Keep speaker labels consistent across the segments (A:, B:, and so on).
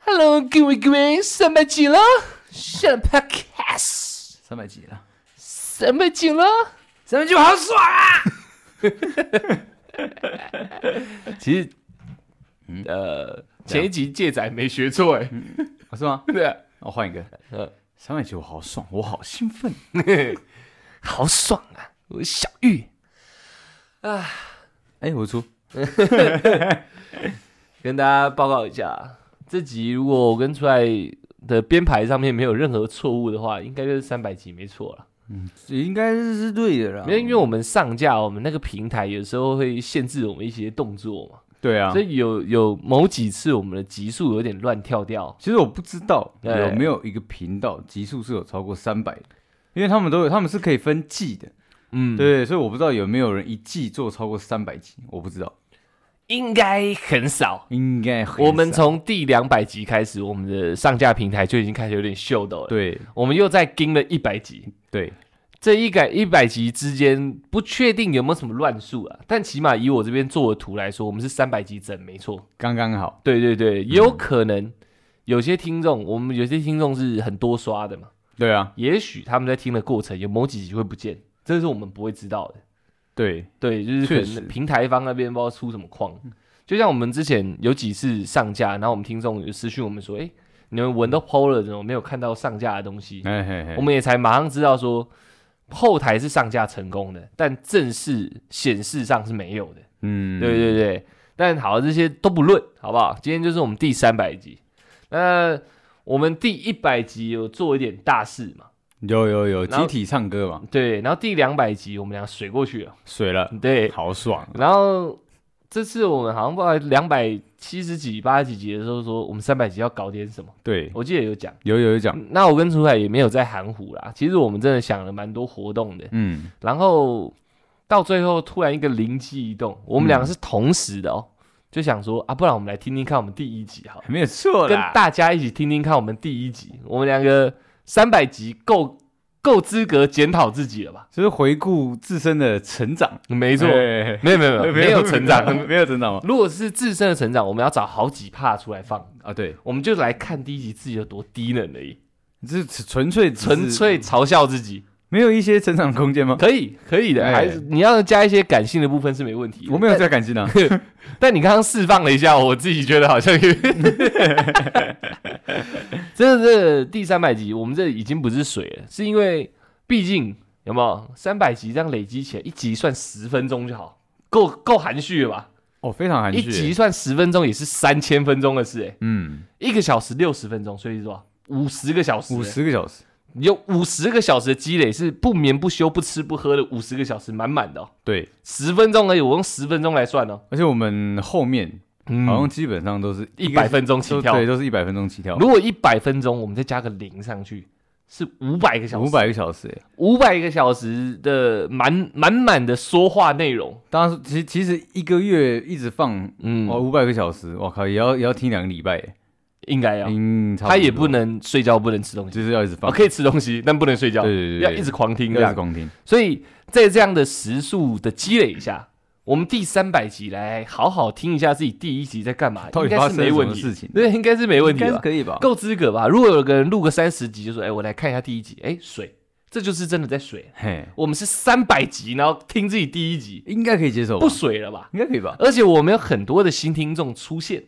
A: Hello，各位各位，三百集了，上 Podcast
B: 三百集了，
A: 三百集了，
B: 三百集我好爽啊！其实，呃，
A: 前一集借仔没学错哎，
B: 嗯哦是吗？
A: 对，啊
B: 我换一个，
A: 嗯，
B: 三百集我好爽，我好兴奋。
A: 好爽啊！我是小玉
B: 哎，我出，
A: 跟大家报告一下，这集如果我跟出来的编排上面没有任何错误的话，应该就是三百集没错了。
B: 应该是对的啦
A: 没有，因为我们上架我们那个平台有时候会限制我们一些动作嘛，
B: 对啊
A: 所，以有有某几次我们的集数有点乱跳掉。
B: 其实我不知道
A: 对
B: 有没有一个频道集数是有超过三百的，因为他们都有，他们是可以分季的，
A: 嗯，
B: 对，所以我不知道有没有人一季做超过三百集，我不知道，
A: 应该很少。
B: 应该很
A: 我们
B: 少
A: 从第两百集开始，我们的上架平台就已经开始有点秀逗了。，
B: 对
A: 我们又再盯了一百集，
B: 对
A: 这一改一百集之间不确定有没有什么乱数啊，但起码以我这边做的图来说，我们是三百集整，没错。
B: 刚刚好，
A: 对对对，也有可能有些听众，我们有些听众是很多刷的嘛，
B: 对啊，
A: 也许他们在听的过程有某几集会不见，这是我们不会知道的。
B: 对
A: 对，就是
B: 确
A: 可
B: 实
A: 能平台方那边不知道出什么况。就像我们之前有几次上架，然后我们听众有私讯我们说：“哎、你们文都 PO 了，怎么没有看到上架的东西
B: 哎嘿？”嘿
A: 我们也才马上知道说，后台是上架成功的，但正式显示上是没有的。
B: 嗯，
A: 对对对，但好，这些都不论，好不好？今天就是我们第三百集。那我们第一百集有做一点大事嘛？
B: 有有有，
A: 然后
B: 集体唱歌嘛，
A: 对，然后第两百集我们俩水过去了。
B: 水了，
A: 对，
B: 好爽，
A: 然后这次我们好像不知道两百七十几、八十几集的时候说，我们三百集要搞点什么，
B: 对，
A: 我记得有讲。
B: 有有有讲，
A: 那我跟楚海也没有在含糊啦，其实我们真的想了蛮多活动的，
B: 嗯，
A: 然后到最后突然一个灵机一动，我们两个是同时的哦，就想说啊，不然我们来听听看我们第一集好了，
B: 没有错
A: 跟
B: 啦，
A: 大家一起听听看我们第一集，我们两个三百集够够资格检讨自己了吧？
B: 就是回顾自身的成长，
A: 没
B: 没
A: 错，
B: 没
A: 没有没有没有没有成长，
B: 没有成长哦吗？
A: 如果是自身的成长，我们要找好几帕出来放，
B: 啊，对，
A: 我们就来看第一集自己有多低能而已，
B: 这是纯粹只是
A: 纯粹嘲笑自己，
B: 没有一些成长空间吗？
A: 可以可以的，
B: 哎
A: 还是你要加一些感性的部分是没问题的。
B: 我没有在感啊激 呢，
A: 但，但你刚刚释放了一下，我自己觉得好像有 点。这这第三百集，我们这已经不是水了，是因为毕竟有没有三百集这样累积起来，一集算十分钟就好，够够含蓄了吧？
B: 哦，非常含
A: 一
B: 蓄，
A: 集算十分钟也是三千分钟的事、哎。
B: 嗯，
A: 一个小时六十分钟，所以是多少？五十个小时、
B: 五，十个小时，
A: 你有五十个小时的积累，是不眠不休、不吃不喝的五十个小时，满满的、哦。
B: 对，
A: 十分钟而已，我用十分钟来算哦，
B: 而且我们后面好像
A: 嗯，
B: 基本上都是
A: 一
B: 个
A: 百分钟起
B: 都
A: 跳。
B: 对，都是一百分钟起跳，
A: 如果一百分钟，我们再加个零上去，是五百个小时。
B: 五百个小时，哎
A: 五百个小时的满满满的说话内容，
B: 当然，其其实一个月一直放。
A: 嗯，
B: 哇，五百个小时，我靠，也要也要听两个礼拜，哎
A: 应该要。
B: 嗯，差多
A: 他也不能睡觉，不能吃东西。
B: 就是要一直放
A: 哦，，可以吃东西，但不能睡觉，
B: 对对对对
A: 要一直狂听这
B: 要一
A: 样
B: 直。光听，
A: 所以在这样的时速的积累下，我们第三百集来好好听一下自己第一集在干嘛，
B: 到
A: 应
B: 底
A: 该
B: 发
A: 是
B: 生了
A: 没
B: 什
A: 问
B: 么
A: 题。
B: 事情？
A: 对，应该是没问题啊
B: 应该是
A: 吧？
B: 可以吧？
A: 够资格吧？如果有个人录个三十集，就说：“哎、我来看一下第一集，哎、水，这就是真的在水。
B: 嘿，”
A: 我们是三百集，然后听自己第一集，
B: 应该可以接受吧
A: 不？水了吧？
B: 应该可以吧？
A: 而且我们有很多的新听众出现，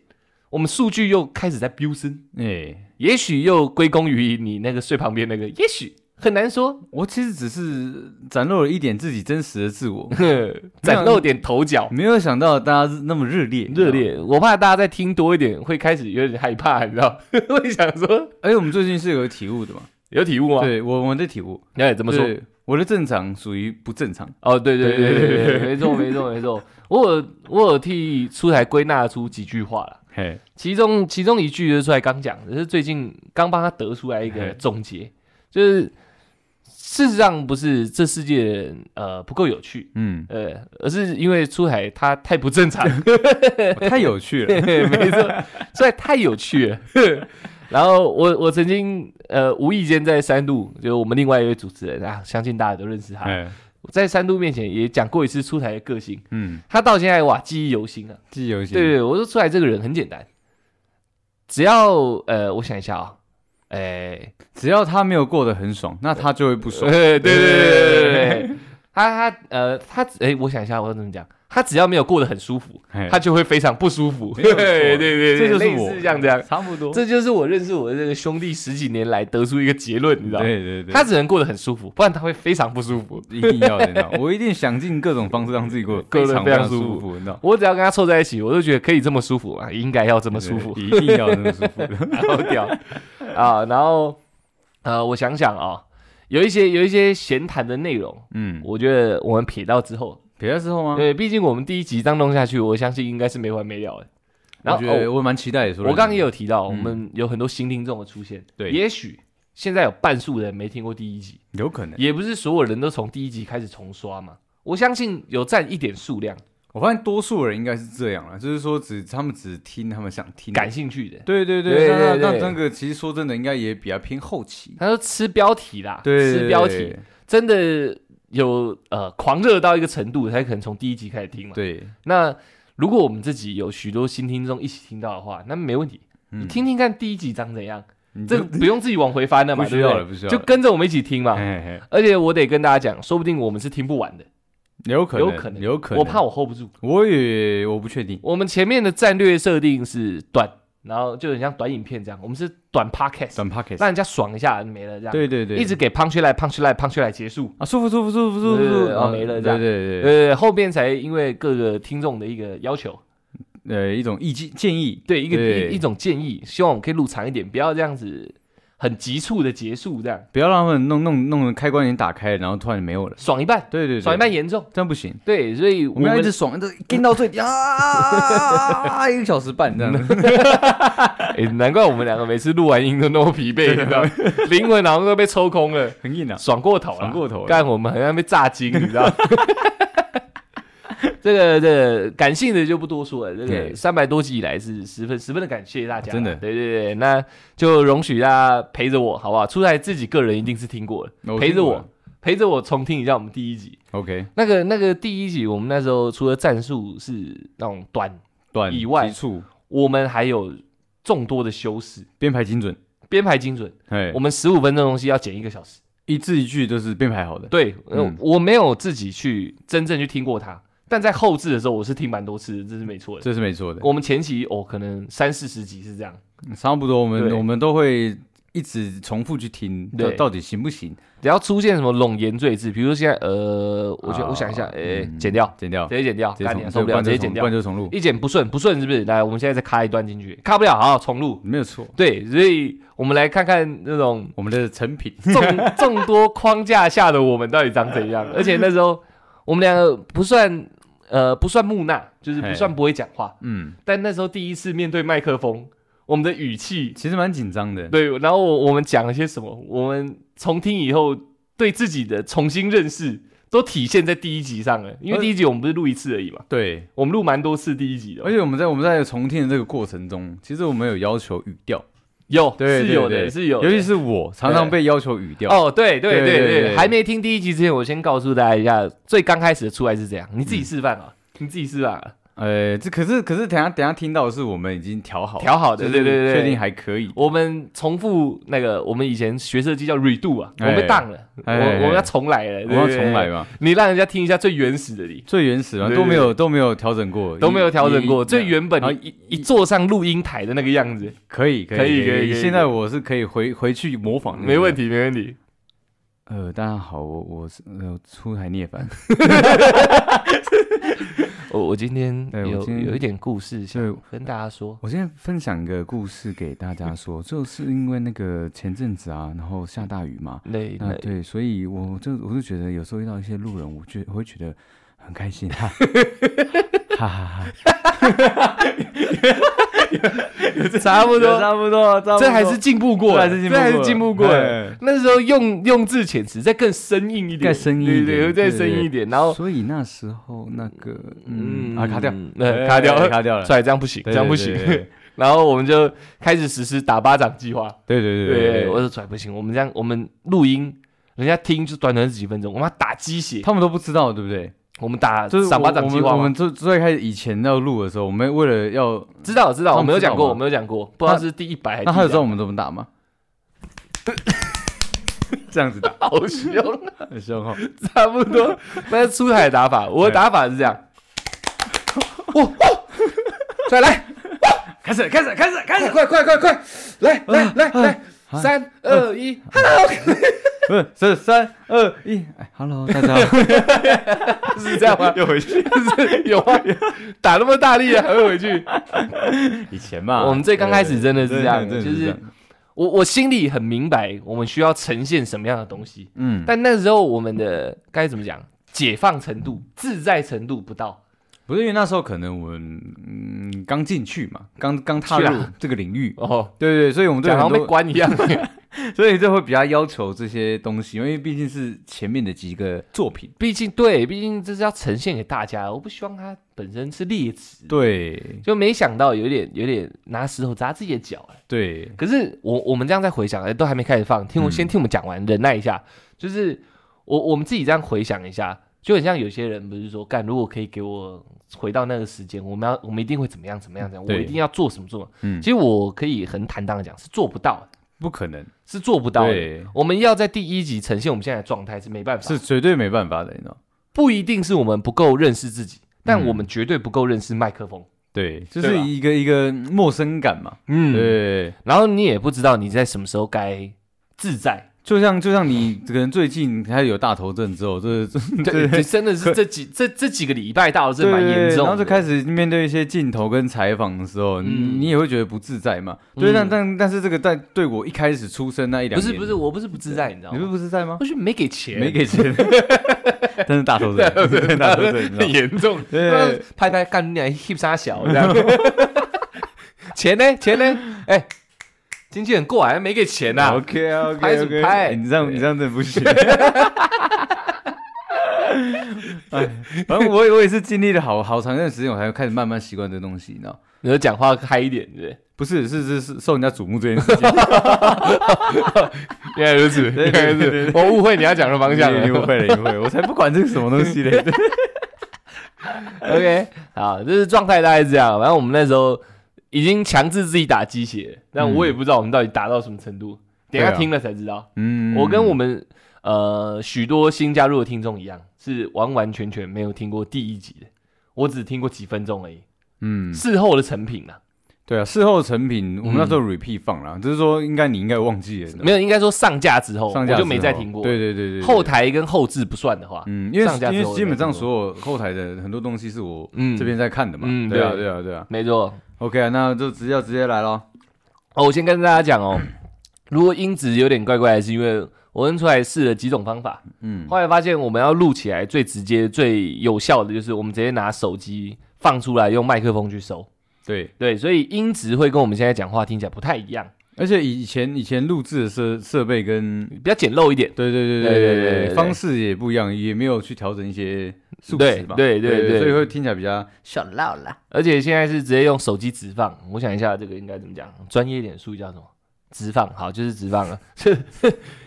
A: 我们数据又开始在飙升，
B: 哎，
A: 也许又归功于你那个睡旁边那个，也许很难说，
B: 我其实只是展露了一点自己真实的自我，
A: 哼展露点头角。
B: 没有想到大家是那么热烈，
A: 热。烈，我怕大家再听多一点会开始有点害怕，你知道？ 会想说
B: 而且我们最近是有体悟的嘛？
A: 有体悟吗？
B: 对，我我的体悟，
A: 哎，怎么说？
B: 对我的正常属于不正常，
A: 哦，对对对
B: 对
A: 对对，
B: 对
A: 没错没错没错。我有我有替出台归纳出几句话了，
B: 嘿，
A: 其中其中一句就是出来刚讲的，就是最近刚帮他得出来一个
B: 嘿
A: 总结，就是事实上不是这世界的人呃不够有趣。，
B: 嗯
A: 呃，而是因为出海他太不正常，
B: 我太有趣了，
A: 对，没错，所以太有趣 了。然后我我曾经呃无意间在三度，就是我们另外一位主持人啊，相信大家都认识他，
B: 哎，
A: 在三度面前也讲过一次出台的个性，
B: 嗯，
A: 他到现在哇记忆犹新啊。
B: 记忆犹新，
A: 对对，我说出来这个人很简单，只要呃，我想一下啊、 哎、
B: 只要他没有过得很爽，那他就会不爽。
A: 对对对对对对对，他他呃他哎、我想一下，我要怎么讲？他只要没有过得很舒服，
B: 嘿
A: 他就会非常不舒服。
B: 哎没有
A: 对
B: 错
A: 对对，
B: 这就是
A: 类
B: 我
A: 似像这样，
B: 差不多。
A: 这就是我认识我的这个兄弟十几年来得出一个结论，你知道吗？
B: 对对对，
A: 他只能过得很舒服，不然他会非常不舒服。
B: 一定要的，你知道吗我一定想尽各种方式让自己过得
A: 过
B: 非
A: 得
B: 常
A: 非
B: 非
A: 常
B: 常
A: 舒
B: 舒服，你知道吗。
A: 我只要跟他凑在一起，我都觉得可以这么舒服嘛，应该要这么舒服。
B: 对一定要这么舒 服的。
A: 好屌啊！然后呃，我想想啊、有一些有一些闲谈的内容，
B: 嗯，
A: 我觉得我们撇到之后，
B: 别的时候吗？
A: 对，毕竟我们第一集这样弄下去，我相信应该是没完没了的。然
B: 我
A: 后
B: 觉得
A: 哦
B: 我蛮期待的。说
A: 我
B: 认真
A: 刚刚也有提到，
B: 嗯
A: 我们有很多新听众的出现，
B: 对
A: 也许现在有半数人没听过第一集，
B: 有可能，
A: 也不是所有人都从第一集开始重刷嘛。我相信有占一点数量
B: 我发现多数人应该是这样了，就是说只他们只听他们想听的
A: 感。兴趣的，
B: 对对
A: 对
B: 对，那
A: 对
B: 那
A: 对
B: 那那个其实说真的，应该也比较偏后期。
A: 他说吃标题啦，
B: 对，
A: 吃
B: 对
A: 标题，真的有呃狂热到一个程度，才可能从第一集开始听嘛。
B: 对，对
A: 那如果我们这集有许多新听众一起听到的话，那没问题，
B: 嗯
A: 你听听看第一集长怎样，
B: 你
A: 这
B: 就
A: 个啊不用自己往回翻了嘛，
B: 不需要
A: 对
B: 了，
A: 对
B: 不需要
A: 就
B: 了。哎
A: 跟着我们一起听嘛。
B: 嘿嘿嘿
A: 而且我得跟大家讲，说不定我们是听不完的，
B: 有可
A: 有
B: 能，
A: 可能
B: 有可能。
A: 我怕，我 hold 不住。
B: 我也我不确定。
A: 我们前面的战略设定是短，然后就很像短影片这样，我们是短 podcast，
B: 转 p o c k e t
A: 让人家爽一下没了这样，
B: 对对对，
A: 一直给 punch line punch line punch line 结束。
B: 啊，舒服舒服舒服舒服
A: 对
B: 舒
A: 对
B: 服，
A: 对哦没了这
B: 对
A: 样
B: 对对，
A: 呃，后面才因为各个听众的一个要求，
B: 呃，一种意见建议，
A: 对一个
B: 对
A: 一一种建议，希望我们可以录长一点，不要这样子很急促的结束，这样
B: 不要让他们弄弄弄得开关已经打开，然后突然没有了。
A: 爽一半，
B: 对对对，
A: 爽一半严重。
B: 这样不行，
A: 对，所以
B: 我
A: 我
B: 们要一
A: 们
B: 直爽，一直跟 到最底啊啊，一个小时半这样。
A: 诶 难怪我们两个每次录完音都那么疲惫，你知道吗， 灵魂好像都被抽空了，
B: 很硬 啊。
A: 爽过头了，
B: 爽过头了
A: 干我们好像被炸精，你知道吗。 这个这个感性的就不多说了，这个
B: 对
A: 三百多集以来是十分十分的感谢大家，
B: 真的
A: 对对对，那就容许大家陪着我，好不好？出来自己个人一定是哦听过了，陪着我，陪着我重听一下我们第一集。
B: ，OK，
A: 那个那个第一集，我们那时候除了战术是那种短，
B: 短
A: 以外
B: 急促，
A: 我们还有众多的修饰，
B: 编排精准，
A: 编排精准。
B: 哎
A: 我，们十五分钟的东西要剪一个小时。
B: 一字一句都是编排好的。
A: 对，呃
B: 嗯
A: 我没有自己去真正去听过它，但在后置的时候我是听蛮多次的，这是没错的。
B: 这是没错的，
A: 我们前期哦，可能三四十集是这样，
B: 差不多，我
A: 对
B: 们我们都会一直重复去听，到
A: 对
B: 到底行不行？
A: 只要出现什么冗言赘字，比如说现在呃，我觉得
B: 啊
A: 我想一下，哎，
B: 嗯
A: 剪掉，
B: 剪掉
A: 直，接剪掉，
B: 直
A: 干
B: 重
A: 你啊受不了，直接剪掉
B: 不然，就重录，
A: 一剪不顺，不顺是不是？来，我们现在再卡一段进去，卡不了，好，重录。
B: 没有错。
A: 对，所以我们来看看那种
B: 我们的成品，
A: 众众多框架下的我们到底长怎样。而且那时候我们两个不算呃不算木讷，就是不
B: 嘿
A: 算不会讲话，
B: 嗯，
A: 但那时候第一次面对麦克风，我们的语气
B: 其实蛮紧张的。
A: 对，然后我我们讲了些什么，我们重听以后对自己的重新认识。都体现在第一集上了，因为
B: 而
A: 第一集我们不是录一次而已嘛，
B: 对，
A: 我们录蛮多次第一集的
B: 而，且我们在我们在重听的这个过程中，其实我们有要求语调，
A: 有
B: 对
A: 是
B: 对
A: 有的，
B: 对
A: 是有的，
B: 尤其是我常常被要求语调。
A: 哦，对对
B: 对
A: 对
B: 对
A: 对，
B: 对
A: 还没听第一集之前，我先告诉大家一下，最刚开始的出来是这样，你自己示范
B: 嗯
A: 啊，你自己示范啊，
B: 呃，这可是可是等下等下听到的是我们已经调好了，
A: 调好的，
B: 就
A: 对
B: 是
A: 对对，
B: 确定。还可以。
A: 我们重复那个，我们以前学设计叫 redo 啊，我
B: 哎
A: 们被当了，我
B: 哎
A: 我们要重来了，对
B: 我们要重，
A: 对对
B: 来嘛，
A: 你让人家听一下最原始的你，
B: 最原始嘛
A: 对对
B: 都没有都没有调整过，
A: 都没有调整过，
B: 一
A: 最原本
B: 然后
A: 你一一坐上录音台的那个样子，
B: 可以
A: 可
B: 可
A: 以
B: 以
A: 可以可以
B: 现在我是可以回回去模 仿，
A: 没问
B: 题。
A: 题没问题，
B: 呃，大家好，我我是呃出海涅槃，
A: 我我今天
B: 对我
A: 有
B: 今天
A: 有一点故事想
B: 就
A: 跟大家说，
B: 我现在分享一个故事给大家说，就是因为那个前阵子啊，然后下大雨嘛，
A: 那
B: 那
A: 那
B: 啊对，所以我就我就觉得有时候遇到一些路人，我觉我会觉得很开 心啊，哈哈哈，嗯
A: 差不多
B: 差不多，差不多
A: 这还是进步过了，
B: 这还是进步
A: 这
B: 过
A: 还是进步过
B: 了
A: 了
B: 哎。
A: 那时候用用字遣词再更生硬一点，
B: 再生硬一点
A: 对对，
B: 对
A: 再生硬一点。然后，
B: 所以那时候那个嗯
A: 嗯，
B: 啊卡掉，哎
A: 呃，卡掉，
B: 卡掉了，
A: 帅，这样不行，这
B: 对
A: 样不行
B: 对对。
A: 然后我们就开始实施打巴掌计划。
B: 对对对对
A: 对，
B: 对
A: 我
B: 对，
A: 说出来不行，我们这样，我们录音，人家听就短短几分钟，我们要打鸡血。
B: 他们都不知道对不对？
A: 我们打
B: 就是
A: 啊赏巴
B: 我
A: 掌
B: 我
A: 计
B: 们
A: 划
B: 我
A: 吗
B: 们？最最开始以前要录的时候，我们为了要，
A: 知道知道，
B: 他
A: 我
B: 们
A: 没有
B: 知道
A: 讲过，
B: 吗
A: 我没有讲过，不知道
B: 那
A: 是第一百还是
B: 那他有
A: 第
B: 知道
A: 100
B: 我们怎么打吗？ 这样子打，
A: 好凶，
B: 很凶哦。
A: 差不多。那是出海的打法，我的
B: 对
A: 打法是这样， 哇哇，再来，
B: 开始，开始，开始，开
A: 快！快快快快，来来来来，
B: 啊
A: 三二 一，
B: 不是，是三二一，哎，Hello，大家好。
A: 是这样吗？
B: 又 回去
A: 有啊，打那么大力啊，还会回去？
B: 以前嘛，
A: 我们最刚开始真的是
B: 啊对
A: 这样
B: 真的
A: 就是
B: 这样
A: 我我心里很明白，我们需要呈现什么样的东西，
B: 嗯，
A: 但那时候我们的该怎么讲，解放程度、自在程度不到。
B: 不是因为那时候可能我们嗯刚进去嘛，刚刚踏
A: 是
B: 入
A: 啊
B: 这个领域，
A: 哦，
B: 对对，所以我们对
A: 讲好像
B: 很
A: 被
B: 多，
A: 关一样。
B: 所以就会比较要求这些东西，因为毕竟是前面的几个作品。
A: 毕竟对，毕竟这是要呈现给大家，我不希望它本身是劣质。
B: 对
A: 就没想到有点有点拿石头砸自己的脚、哎
B: 对，
A: 可是我我们这样再回想，哎，都还没开始放，听我、
B: 嗯
A: 先听我们讲完，忍耐一下。就是我我们自己这样回想一下，就很像有些人不是说，干如果可以给我回到那个时间，我们要我们一定会怎么样怎么样怎么样，我
B: 嗯对
A: 一定要做什么做什么。
B: 嗯
A: 其，实我可以很坦荡的讲，是做不到的，
B: 不可能，
A: 是做不到的。
B: 对，
A: 我们要在第一集呈现我们现在的状态是没办法的，
B: 是绝对没办法的，你知道吗？
A: 不一定是我们不够认识自己，但
B: 嗯
A: 我们绝对不够认识麦克风。
B: 对，就
A: 对
B: 是
A: 吧
B: 一个一个陌生感嘛。
A: 嗯，
B: 对，
A: 然后你也不知道你在什么时候该自在，
B: 就像就像你可能最近开始有大头症之后，这这
A: 对，这真的是这几这这几个礼拜到这
B: 对
A: 蛮严重
B: 然后
A: 的，
B: 就开始面对一些镜头跟采访的时候，你
A: 嗯
B: 你也会觉得不自在嘛。
A: 嗯
B: 对，但但但是这个在对我一开始出生那一两
A: 不
B: 年，
A: 是不是，，我不是不自在，你知道
B: 你不是
A: 吗？
B: 不自在吗
A: 我？是没给钱，
B: 没给钱，但是大头症，真的大头 症，你
A: 很
B: 知道吗
A: 严重，
B: 对
A: 然后拍拍干你娘 hip 杀小这样，钱呢钱呢？ 哎，经纪人过来没给钱呐，
B: OK 啊
A: 拍什
B: ，OK
A: 么
B: OK，
A: 拍
B: 你这样你这样真的不 行。哎，反正我也我也是经历了好好长一段时间，我才开始慢慢习惯这东西，你知道吗？
A: 你说讲话嗨一点，对不对？
B: 不是，是是是受人家瞩目这件事情，
A: 原来如此，
B: 对
A: 原来
B: 对
A: 如
B: 对
A: 此，我误会你要讲的方向
B: 你你 误
A: 了。
B: 会了，你误会了，我才不管这是什么东西嘞。
A: OK，好，就是状态大概是这样。反正我们那时候已经强制自己打鸡血，但我也不知道我们到底打到什么程度，等一下
B: 嗯对啊
A: 听了才知道。
B: 嗯
A: 我跟我们呃许多新加入的听众一样，是完完全全没有听过第一集的，我只听过几分钟而已。
B: 嗯，
A: 事后的成品啊，
B: 对啊，事后成品我们那时候 repeat 放了，就是说应该你应该忘记了，
A: 嗯没有，应该说上架之后
B: 嗯上架
A: 我
B: 之
A: 就
B: 后
A: 没再听过。
B: 对对对对，对
A: 后。台跟后置不算的话，
B: 嗯，因为
A: 上架之
B: 因
A: 后
B: 为基本
A: 我
B: 上
A: 没听过
B: 所有后台的很多东西是我
A: 嗯
B: 这边在看的嘛，
A: 嗯
B: 对啊
A: 对
B: 对啊对啊
A: 没错。
B: ，OK 啊，那就直接直接来咯。
A: 哦，我先跟大家讲哦，如果音质有点怪怪，是因为我跟出来试了几种方法，
B: 嗯，
A: 后来发现我们要录起来最直接、最有效的就是我们直接拿手机放出来，用麦克风去收。
B: 对，
A: 对，所以音质会跟我们现在讲话听起来不太一样，
B: 而且以前以前录制的设设备跟
A: 比较简陋一点。
B: 对
A: 对
B: 对对
A: 对
B: 对
A: 对
B: 对
A: 对
B: 对方式也不一样，也没有去调整一些数
A: 对
B: 值嘛，
A: 对对对
B: 所以会听起来比较
C: 小闹啦，
A: 而且现在是直接用手机直放，我想一下这个应该怎么讲，专业一点术语叫什么？直放，好，就是直放了， 是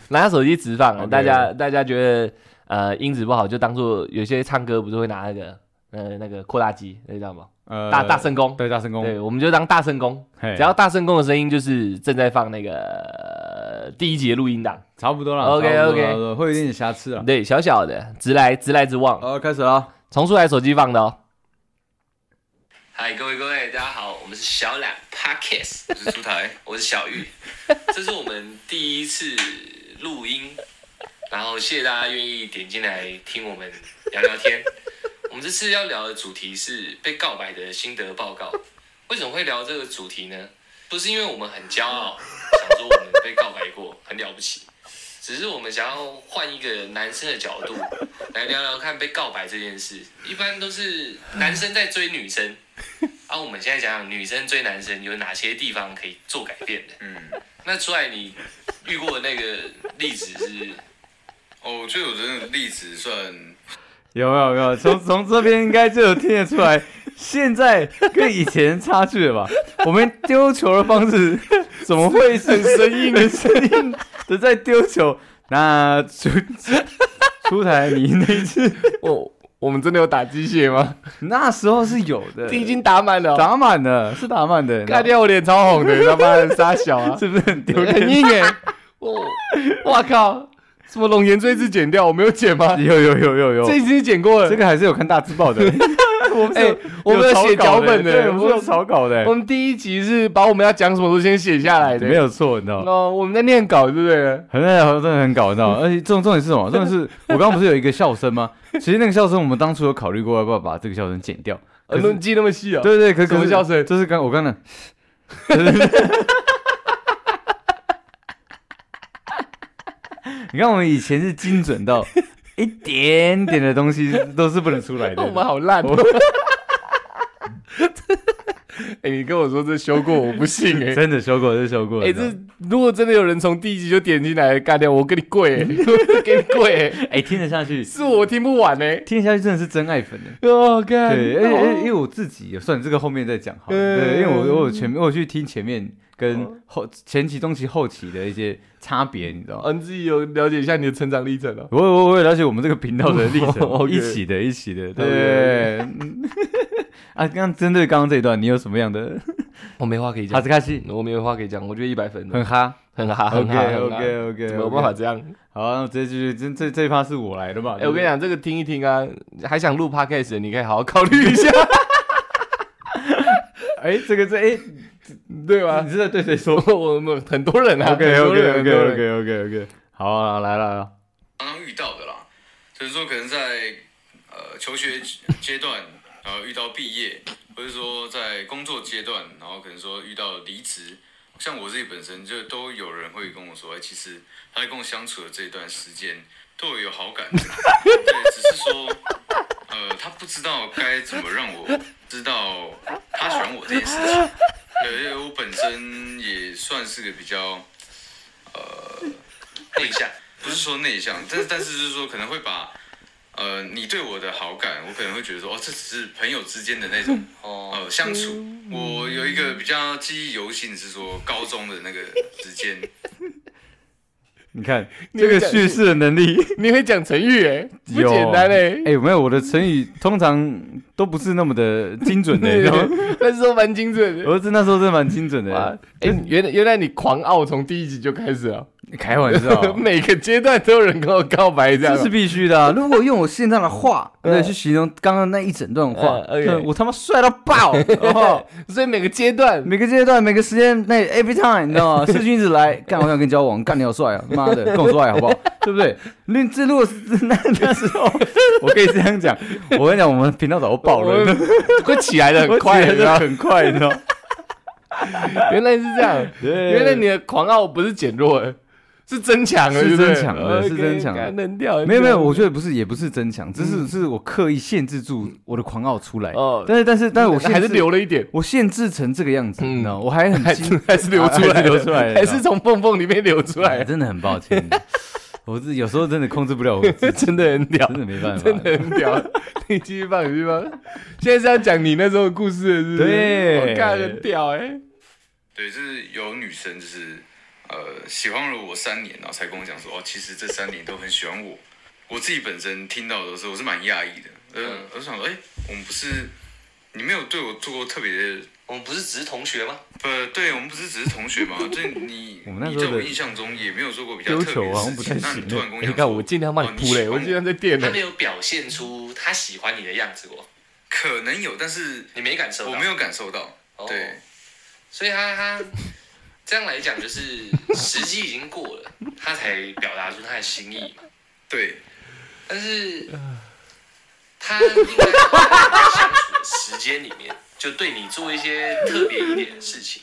A: 拿手机直放了。啊
B: OK
A: 大家大家觉得呃音质不好，就当做有些唱歌不是会拿那个呃那个扩大机，那叫什么？
B: 呃
A: 大大圣功。
B: 对大声功，
A: 对，我们就当大圣功，
B: 嘿
A: 只要大圣功的声音就是正在放那个呃第一节录音档，
B: 差不多了
A: OK，
B: 差不多
A: OK
B: 差不多会有点瑕疵了。
A: 对，小小的直来直来直往，
B: 好，开始了。
A: 从出来手机放的哦。
D: 嗨，各位各位，大家好，我们是小懒 Pockets，
C: 我是出 台，
D: 我是小玉，这是我们第一次录音，然后谢谢大家愿意点进来听我们聊聊天。我们这次要聊的主题是被告白的心得报告。为什么会聊这个主题呢？不是因为我们很骄傲，想说我们被告白过很了不起，只是我们想要换一个男生的角度来聊聊看被告白这件事。一般都是男生在追女 生，啊，我们现在讲讲女生追男生有哪些地方可以做改变的。
C: 嗯，
D: 那出来你遇过的那个例子是？
C: 哦，我觉得我这个例子算，
B: 有没有没有？从 从这边应该就有听得出来，现在跟以前差距了吧？ 我们丢球的方式怎么会是很生硬、 很生硬的在丢球？那出出台你那一次，
A: 我
E: 我们真的有打鸡血吗？
F: 那时候是有的，
E: 已经打满了哦，
F: 打满了，是打满的，
E: 看掉我脸超红的，他妈的傻小啊！
F: 是不是很丢
E: 很
F: 脸？
E: 硬哎、我哇靠，什么龙岩锥子剪掉？我没有剪吗？
F: 有有有有有，
E: 哎这已经剪过了。
F: 这个还是有看大字报的。我们
E: 哎、
F: 是
E: 我们有
F: 草
E: 写
F: 稿
E: 脚本
F: 对，我
E: 我
F: 们是有草稿的，
E: 我们第一集是把我们要讲什么都先写下来的。
F: 没有错，你知道吗？
E: 哦，我们在念稿，对不对？
F: 很很真的很搞，你 知道吗？而且重重点是什么？重点是我刚刚不是有一个笑声吗？ 其实那个笑声我们当初有考虑过要不要把这个笑声剪掉，可
E: 呃
F: 是
E: 那么记那么细哦。
F: 对对，可
E: 什
F: 可
E: 么
F: 是
E: 笑声
F: 就是刚我刚刚的。 你看，我们以前是精准到一点点的东西都是不能出来
E: 我们
F: 的。
E: 好烂、哦
F: 我。
E: 哎、你跟我说这修过，我不信哎、
F: 真的哦修过，真的修过。
E: 哎、
F: 你知道
E: 这如果真的有人从第一集就点进来干掉，我跟你跪、欸， 我跟你跪、欸，
F: 哎、听得下去，
E: 是我听不完哎、欸。
F: 听得下去真的是真爱粉的。
E: 哦，干
F: 对，而且而且因为我自己也算这个后面再讲好了。
E: 嗯
F: 对，因为我我有前面我有去听前面
E: 哦
F: 跟后前期、中期、后期的一些差别，你知道吗？
E: 哦，你自己有了解一下你的成长历程哦。
F: 我我我也了解我们这个频道的历程，
E: OK
F: 一起的，一起的，对
E: OK，OK。
F: 嗯 啊，刚刚针对刚刚这一段，你有什么样的
E: 我没话可以讲
F: 哈，斯卡西？
E: 我没有话可以讲，我觉得一百分 的，
F: 很哈
E: 很哈，很哈
F: ，OK
E: 很哈
F: OK OK，
E: 怎么有办法？这样？
F: 好，那我直接继续，这这这一趴是我来的吧？
E: 哎，我跟你讲，这个听一听啊，还想录 podcast，的你可以好好考虑一下，
F: 讲，哎，这个这哎，
E: 对吧
F: 啊，你？是在对谁说
E: 我们很多人啊
F: ？OK
E: 很
F: OK
E: 多人很
F: OK
E: 多
F: OK
E: 人
F: OK OK，好啊，来了来了，
B: 常常遇到的啦，就是说可能在呃求学阶段，然后遇到毕业，或者说在工作阶段，然后可能说遇到离职，像我自己本身就都有人会跟我说，哎、其实他在跟我相处的这段时间对我有好感，啊对，只是说呃他不知道该怎么让我知道他喜欢我这件事情，对，因为我本身也算是个比较呃。
A: 问一下，
B: 不是说内向，但是但是就是说可能会把呃你对我的好感，我可能会觉得说哦，这只是朋友之间的那种
A: 哦，
B: 呃相处。我有一个比较记忆犹新的是说高中的那个时间，
F: 你看
E: 你
F: 这
E: 有
F: 个
E: 讲
F: 叙事的能力。
E: 你会讲成语哎， 不
F: 有
E: 简单哎。
F: 哎，没有，我的成语通常都不是那么的精准的，你知道 吗
E: 那时候蛮精准 的。
F: 我是那时候真的蛮精准的。
E: 哇，哎，原来原来你狂傲从第一集就开始了，，
F: 开玩 笑
E: 每个阶段都有人跟我告白哦这样
F: 这
E: 吗。
F: 是必须的啊、如果用我现在的话
E: 嗯
F: 来去形容刚刚那一整段话，
E: 嗯，OK
F: 那我他妈帅到 爆！哦，
E: 所以每个阶段
F: 每个阶段、每个时间、那 every time，你 知道吗？社群一直来，干，我想跟你交往，干你好帅啊！妈的，跟我做爱好不好？对不对？那这如果是那那时候， 我可以这样讲，我跟你讲，我们频道早就爆
E: 我
F: 了
E: 们，会起来 的很
F: 我
E: 快，你
F: 起
E: 知
F: 来
E: 道
F: 就很快，你知道 吗？
E: 原来是这样，原来你的狂傲不是减弱了，是增强了，
F: 是
E: 对不对
F: 增强了是
E: OK，
F: 增强了
E: 干能掉，
F: 没有没有，我
E: 得
F: 觉得不是，也不是增强，只是是我刻意限制住我的狂傲出来。
E: 嗯哦
F: 但是但是但是我限
E: 还是
F: 制
E: 留了一点，
F: 我限制成这个样子，
E: 嗯
F: 你知道吗，我还很
E: 还
F: 惊
E: 是 还是流出来
F: 还
E: 的，
F: 是流出来的
E: 还是从缝缝里面流出来
F: 哎
E: 的，
F: 真的很抱歉， 我是有时候真的控制不了我 自 己，
E: 真的很屌
F: 真，的没办 法。
E: 真的很屌。你继续放，你继续放。现在是要讲你那时候的故事了，是不是？
F: 对
E: 我看很屌哎，
B: 对，就是有女生就是呃喜欢了我三年，然后才跟我讲说哦，其实这三年都很喜欢我。我自己本身听到的时候，我是蛮讶异的，呃
A: 嗯，
B: 我想说，哎、我们不是你没有对我做过特别的
A: 我们不是只是同学吗？
B: 呃，对，我们不是只是同学嘛， 就是你，
F: 我们那
B: 你
F: 时候
B: 在我
F: 的
B: 印象中也没有做过比较
F: 丢
B: 特
F: 球
B: 别的
F: 好像
B: 事
F: 不太
B: 情。那你
F: 行
B: 突然跟我
E: 哎
B: 讲
E: 你看
B: 说
E: 我尽量帮
B: 哦
E: 你
B: 你
E: 铺嘞，
B: 喜
E: 我
B: 欢
E: 尽量在垫
A: 他
E: 嘞
A: 没。有表现出他喜欢你的样子过，
B: 可能有，但是
A: 你没感受到。
B: 我没有感受到。
A: 哦
B: 对，
A: 所以他他这样来讲，就是时机已经过了，他才表达出他的心意嘛。
B: 对，
A: 但是他应该在相处的时间里面，就对你做一些特别一点的事情。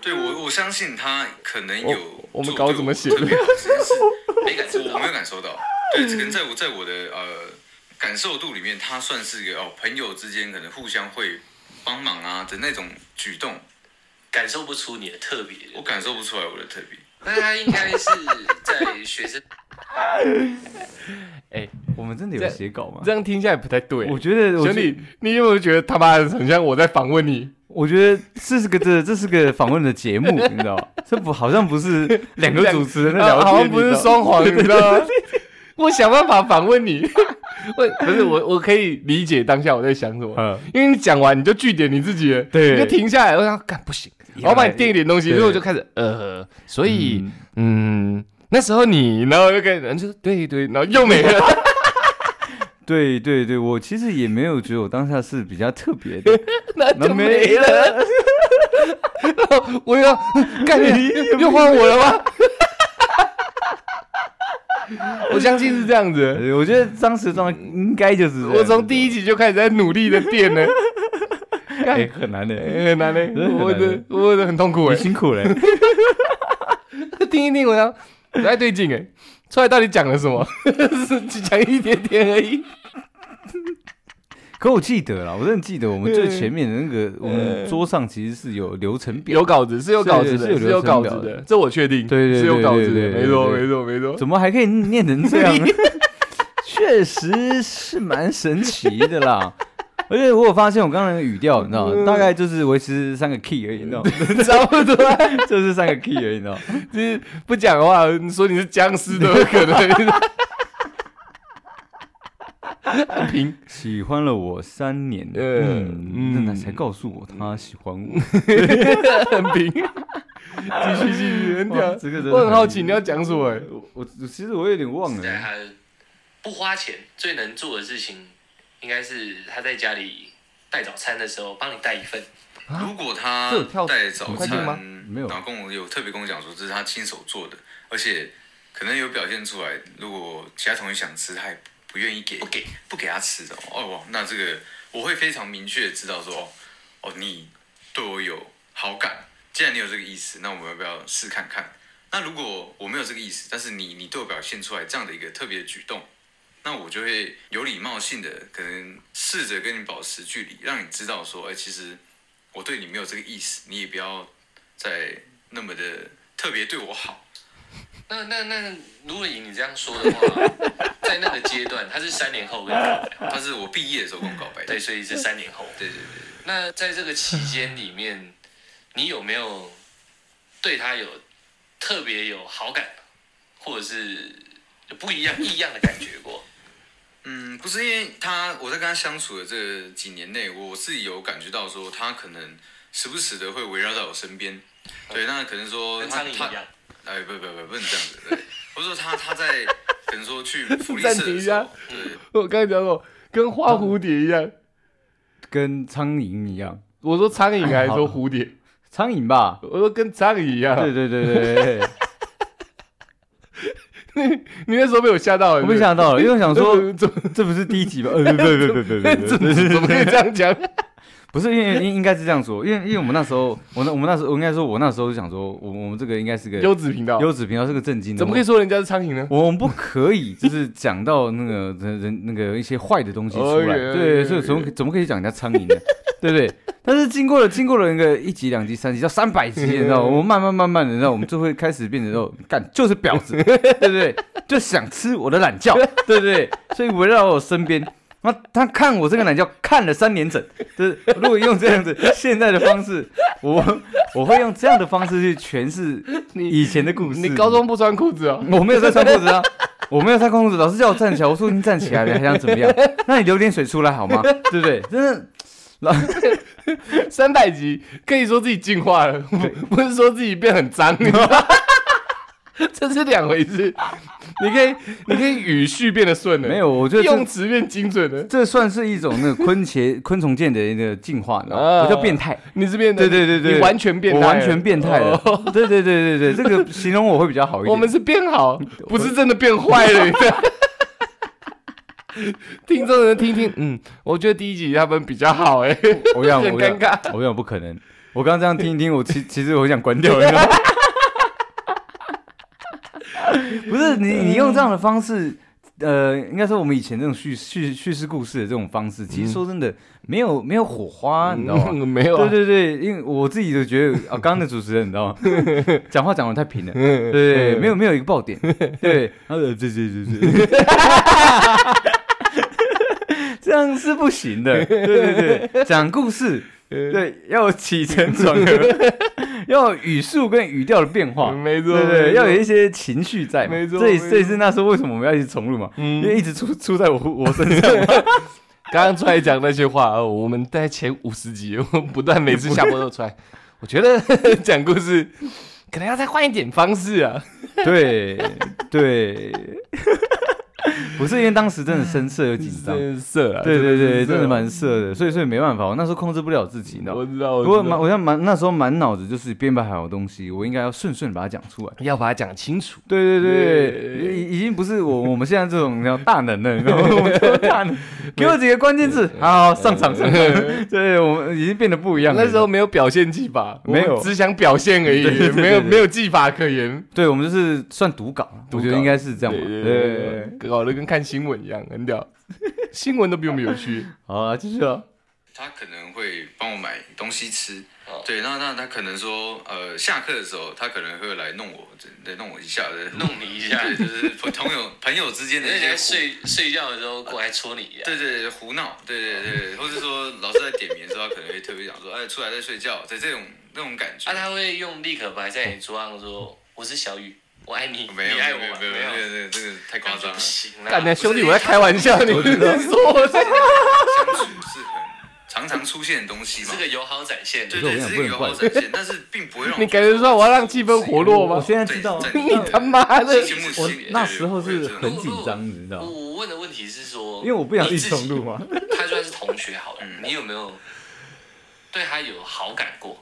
B: 对我我相信他可能有
E: 我我们
B: 做
E: 搞
B: 对
E: 怎么 写
B: 特别好的事情，
A: 没感
B: 只
A: 受
B: 是我
A: 到
B: 没有感受到。对，只可能在我在我的呃感受度里面，他算是一个哦朋友之间可能互相会帮忙啊的那种举动，
A: 感受不出你的特别。
B: 我感受不出来我的特别。
A: 那他应该是在学生
F: 我们真的有写稿吗
E: 这？样听下来不太对。
F: 我觉得，
E: 兄
F: 我觉
E: 弟，你有没有觉得他妈的很像我在访问你？
F: 我觉得这是个这 这是个访问的节 目，你知道吗？这不好像不是两个主持人在聊
E: 啊
F: 天，
E: 好像不
F: 你
E: 是
F: 知道吗
E: 双簧，你知道吗？我想办法访问你， 我不是我，我可以理解当下我在想什么，
F: 嗯
E: 因为你讲完你就据点你自己了，
F: 对
E: 你就停下来，我想干不行，
F: 也
E: 然后帮你垫一点东西，
F: 对
E: 所以我就开始呃，所以嗯那时候你，然后又跟人就是对对，然后又没了，
F: 对对对，我其实也没有觉得我当下是比较特 别的，
E: 那
F: 那
E: 就没了，
F: 了，
E: 我又要干又又换我了吗？我相信是这样子，
F: 呃我觉得当时状态应该就是这样
E: 我从第一集就开始在努力的垫了，
F: 哎很难的，
E: 很难嘞，
F: 的很
E: 我
F: 难
E: 的我的很痛苦哎
F: 你，辛苦 了，
E: 听一听我想不太对劲哎，出来到底讲了什么？ 是只讲一点点而已。
F: 可我记得了，我真的记得我们最
E: 嗯
F: 前面的那个，我们桌上其实是有流程表，
E: 有稿子是有稿子
F: 是
E: 的，
F: 是
E: 是
F: 有
E: 有
F: 流程
E: 稿
F: 表
E: 子
F: 的
E: 的，这我确定，
F: 对对
E: 是有
F: 对
E: 稿
F: 对
E: 子的，
F: 对对
E: 没错
F: 对
E: 没错没错。
F: 怎么还可以念成这样？确实是蛮神奇的啦。而且我有发现，我刚才的语调，你知道吗？大概就是维持三个 key 而已，你知道吗？
E: 啊差不多，
F: 就是三个 key 而已，你知道吗？
E: 就是不讲的话，你说你是僵尸都有可能。很平，
F: 喜欢了我三年，
E: 呃
F: 嗯，那
E: 嗯
F: 才告诉我他喜欢我。
E: 很平，继续继续，很
F: 哇
E: 屌。
F: 这个真的
E: 我很
F: 很
E: 好奇你要讲什么欸？
F: 我我其实我有点忘
A: 是在
F: 了，
A: 他不花钱最能做的事情，应该是他在家里带早餐的时候帮你带一份。
B: 如果他
E: 这有跳
B: 带早
E: 快进
B: 餐
E: 吗，
F: 啊没有
B: 然后跟我有特别跟我讲说这是他亲手做的，而且可能有表现出来，如果其他同学想吃，他也不愿意给，不给不给他吃的哦哦，那这个我会非常明确地知道说哦哦你对我有好感，既然你有这个意思，那我们要不要试看看？那如果我没有这个意思，但是你你对我表现出来这样的一个特别的举动，那我就会有礼貌性的可能试着跟你保持距离，让你知道说，哎、其实我对你没有这个意思，你也不要再那么的特别对我好。
A: 那那那，如果以你这样说的话，在那个阶段，他是三年后跟你告白，
B: 他是我毕业的时候跟我告白的，
A: 对，所以是三年后。
B: 对对对，
A: 那在这个期间里面，你有没有对他有特别有好感，或者是有不一样异样的感觉 过？
B: 嗯，不是因为他我在跟他相处的这几年内，我自己有感觉到说，他可能时不时的会围绕在我身边。对，那可能说
A: 嗯跟
B: 他
A: 苍蝇
B: 他
A: 一样，
B: 哎，不不不，不能这样子。对，我说他他在可能 说去福利
E: 暂
B: 社
E: 停
B: 的
E: 一
B: 时
E: 下
A: 啊
B: 候，对，
E: 我刚才讲过，跟花蝴蝶一样。
F: 跟苍蝇一样，
E: 我说苍蝇还是说蝴蝶？
F: 苍蝇吧？
E: 我说跟苍蝇一样。
F: 对对对对对，对
E: 你那时候被我吓到欸了，
F: 我被吓到了，因为我想
E: 是不
F: 说
E: 是。怎么
F: 这不是第一集吧？呃，不不不不不
E: 怎
F: 不
E: 么
F: 不，
E: 怎么可以这样 讲？
F: 不是，因为应应该是这样说，因为因为我们那时候，我那我们那时候，我应该说，我那时候就想说，我我们这个应该是个
E: 优质频道
F: 优质频道，是个正经的，
E: 怎么可以说人家是苍蝇呢？
F: 我？我们不可以就是讲到那个 人人那个一些坏的东西出来，
E: 哦
F: 对，
E: 也
F: 所以怎么
E: 也
F: 怎么可以讲人家苍蝇呢？ 对不对？但是经过了经过了那个一集、两集、三集到三百集，你知 道，我们慢慢慢慢的，你知道，我们就会开始变成哦，干就是婊子， 对不对？就想吃我的懒觉，对不对？所以围绕我身边，那他看我这个懒觉看了三年整，就是如果用这样子现在的方式，我我会用这样的方式去诠释
E: 你
F: 以前的故事。
E: 你高中不穿裤子哦？
F: 我没有在穿裤子啊，我没有在穿裤子，啊老师叫我站起来，我说已经站起来了，还想怎么 样？那你流点水出来好吗？对不对？真的。
E: 三百集可以说自己进化了， 不不是说自己变很脏， 你知道吗这是两回事。你可以， 你可以语序变得顺了，
F: 没有，我觉得
E: 用
F: 这
E: 词变精准了。
F: 这算是一种那个昆茄昆虫界的一个进化，你知道
E: 啊
F: 吗？我叫变态，
E: 你是变得，
F: 对对对对
E: 你完全变态
F: 我
E: 了，
F: 完全变态了
E: 哦。
F: 对对对对对，这个形容我会比较好一 点。
E: 我们是变好，不是真的变坏了。你知道听众人听听，嗯，我觉得第一集他们比较好，哎，
F: 我想
E: 很
F: 我想
E: 尴尬。
F: 我想不可能。我刚刚这样听一听，我其其实我想关掉，你知道吗 不是你，你用这样的方式，呃，应该说我们以前这种叙叙叙事故事的这种方式，其实说真的，没有没有火花，你知道吗？
E: 嗯没有啊，
F: 对对对，因为我自己就觉得啊，刚刚的主持人你知道吗？ 讲话讲的太平了，对对对，
E: 嗯
F: 没有没有一个爆点， 对，然后呃对对对对， 这样是 不
E: 嗯
F: 行的，对对对，讲故事，对，要起承转合，要有语速跟语调的变化，
E: 嗯没错
F: 对
E: 没
F: 对，
E: 错
F: 要有一些情绪在嘛。
E: 没错
F: 这也
E: 没错
F: 这也是那时候为什么我们要一直重录嘛，
E: 嗯
F: 因为一直出出在我我身上嘛。
E: 刚刚出来讲那些话，呃我们在前五十集，我们不断每次下播都出来。我觉得 讲故事可能要再换一点方式啊。
F: 对对，不是因为当时真的深色又紧张，
E: 真色啊！
F: 对对对，
E: 真
F: 真的
E: 的
F: 蛮色的，所以所以没办法，我那时候控制不了自己，你知道吗
E: 我知道，我知
F: 不
E: 道
F: 过满，我像满那时候满脑子就是编排好的东西，我应该要顺顺地把它讲出来。
E: 要把它讲清 楚。
F: 对对
E: 对
F: 对，已已经不是我我们现在这种叫大能 了，你知道吗？我们都大能，给我几个关键字，好好上场上场。对，我们已经变得不一样了。
E: 那时候，没有表现技法，
F: 没有
E: 我们只想表现而已，
F: 对对对
E: 没有
F: 对对
E: 没有技法可言。
F: 对我们就是算读稿，我觉
E: 读
F: 得
E: 稿
F: 应该是这样吧。
E: 对
F: 对
E: 对
F: 对对，
E: 对，搞得跟看新闻一样，很 屌。新闻都比我们有趣。
F: 好啊，继续啊。
B: 他可能会帮我买东西吃
A: 哦，
B: 对，那那他可能说，呃，下课的时候他可能会来弄我，来弄我一下的，
A: 弄你一下，
B: 对，就是朋友朋友之间的
A: 人
B: 一
A: 家
B: 些
A: 在睡睡觉的时候过来戳你 一下。
B: 对对对，胡闹，对对对，或是说老师在点名的时候，他可能会特别讲说，哎，出来在睡觉，对这种那种感觉。
A: 啊，他会用立可白在你桌上说：“我是小雨，我爱你，
B: 没有
A: 你
B: 没
A: 爱
B: 有
A: 我
B: 没有
A: 吗？”
B: 没有没有
A: 没有，
B: 没有，这个太
A: 这
B: 夸
A: 样就
B: 张了
A: 不，行
E: 干
A: 了
E: 的。兄弟，我在开玩笑，你不是说我在
B: 相处是很常常出现的东西嘛
A: 这。个友好展现，
B: 对
F: 可是我
B: 对，
F: 跟你
B: 只
F: 讲
B: 是
F: 不
B: 一个友
F: 能怪
B: 好展现，但是并不会 让
E: 你感觉说我要让气氛活络
F: 我
E: 吗？
F: 现在
B: 对
F: 知道，
B: 在
E: 你他妈的
B: 对！节目
F: 我
B: 心里
F: 那
B: 对
F: 时候
B: 我也
F: 是
B: 这样
F: 很紧张，你知道
A: 我
F: 吗，
A: 我问的问题是说，
F: 啊因为我不想一
A: 你
F: 直
A: 自己
F: 重录啊 嘛。
A: 他就算是同学好了，
B: 嗯
A: 你有没有对他有好感过？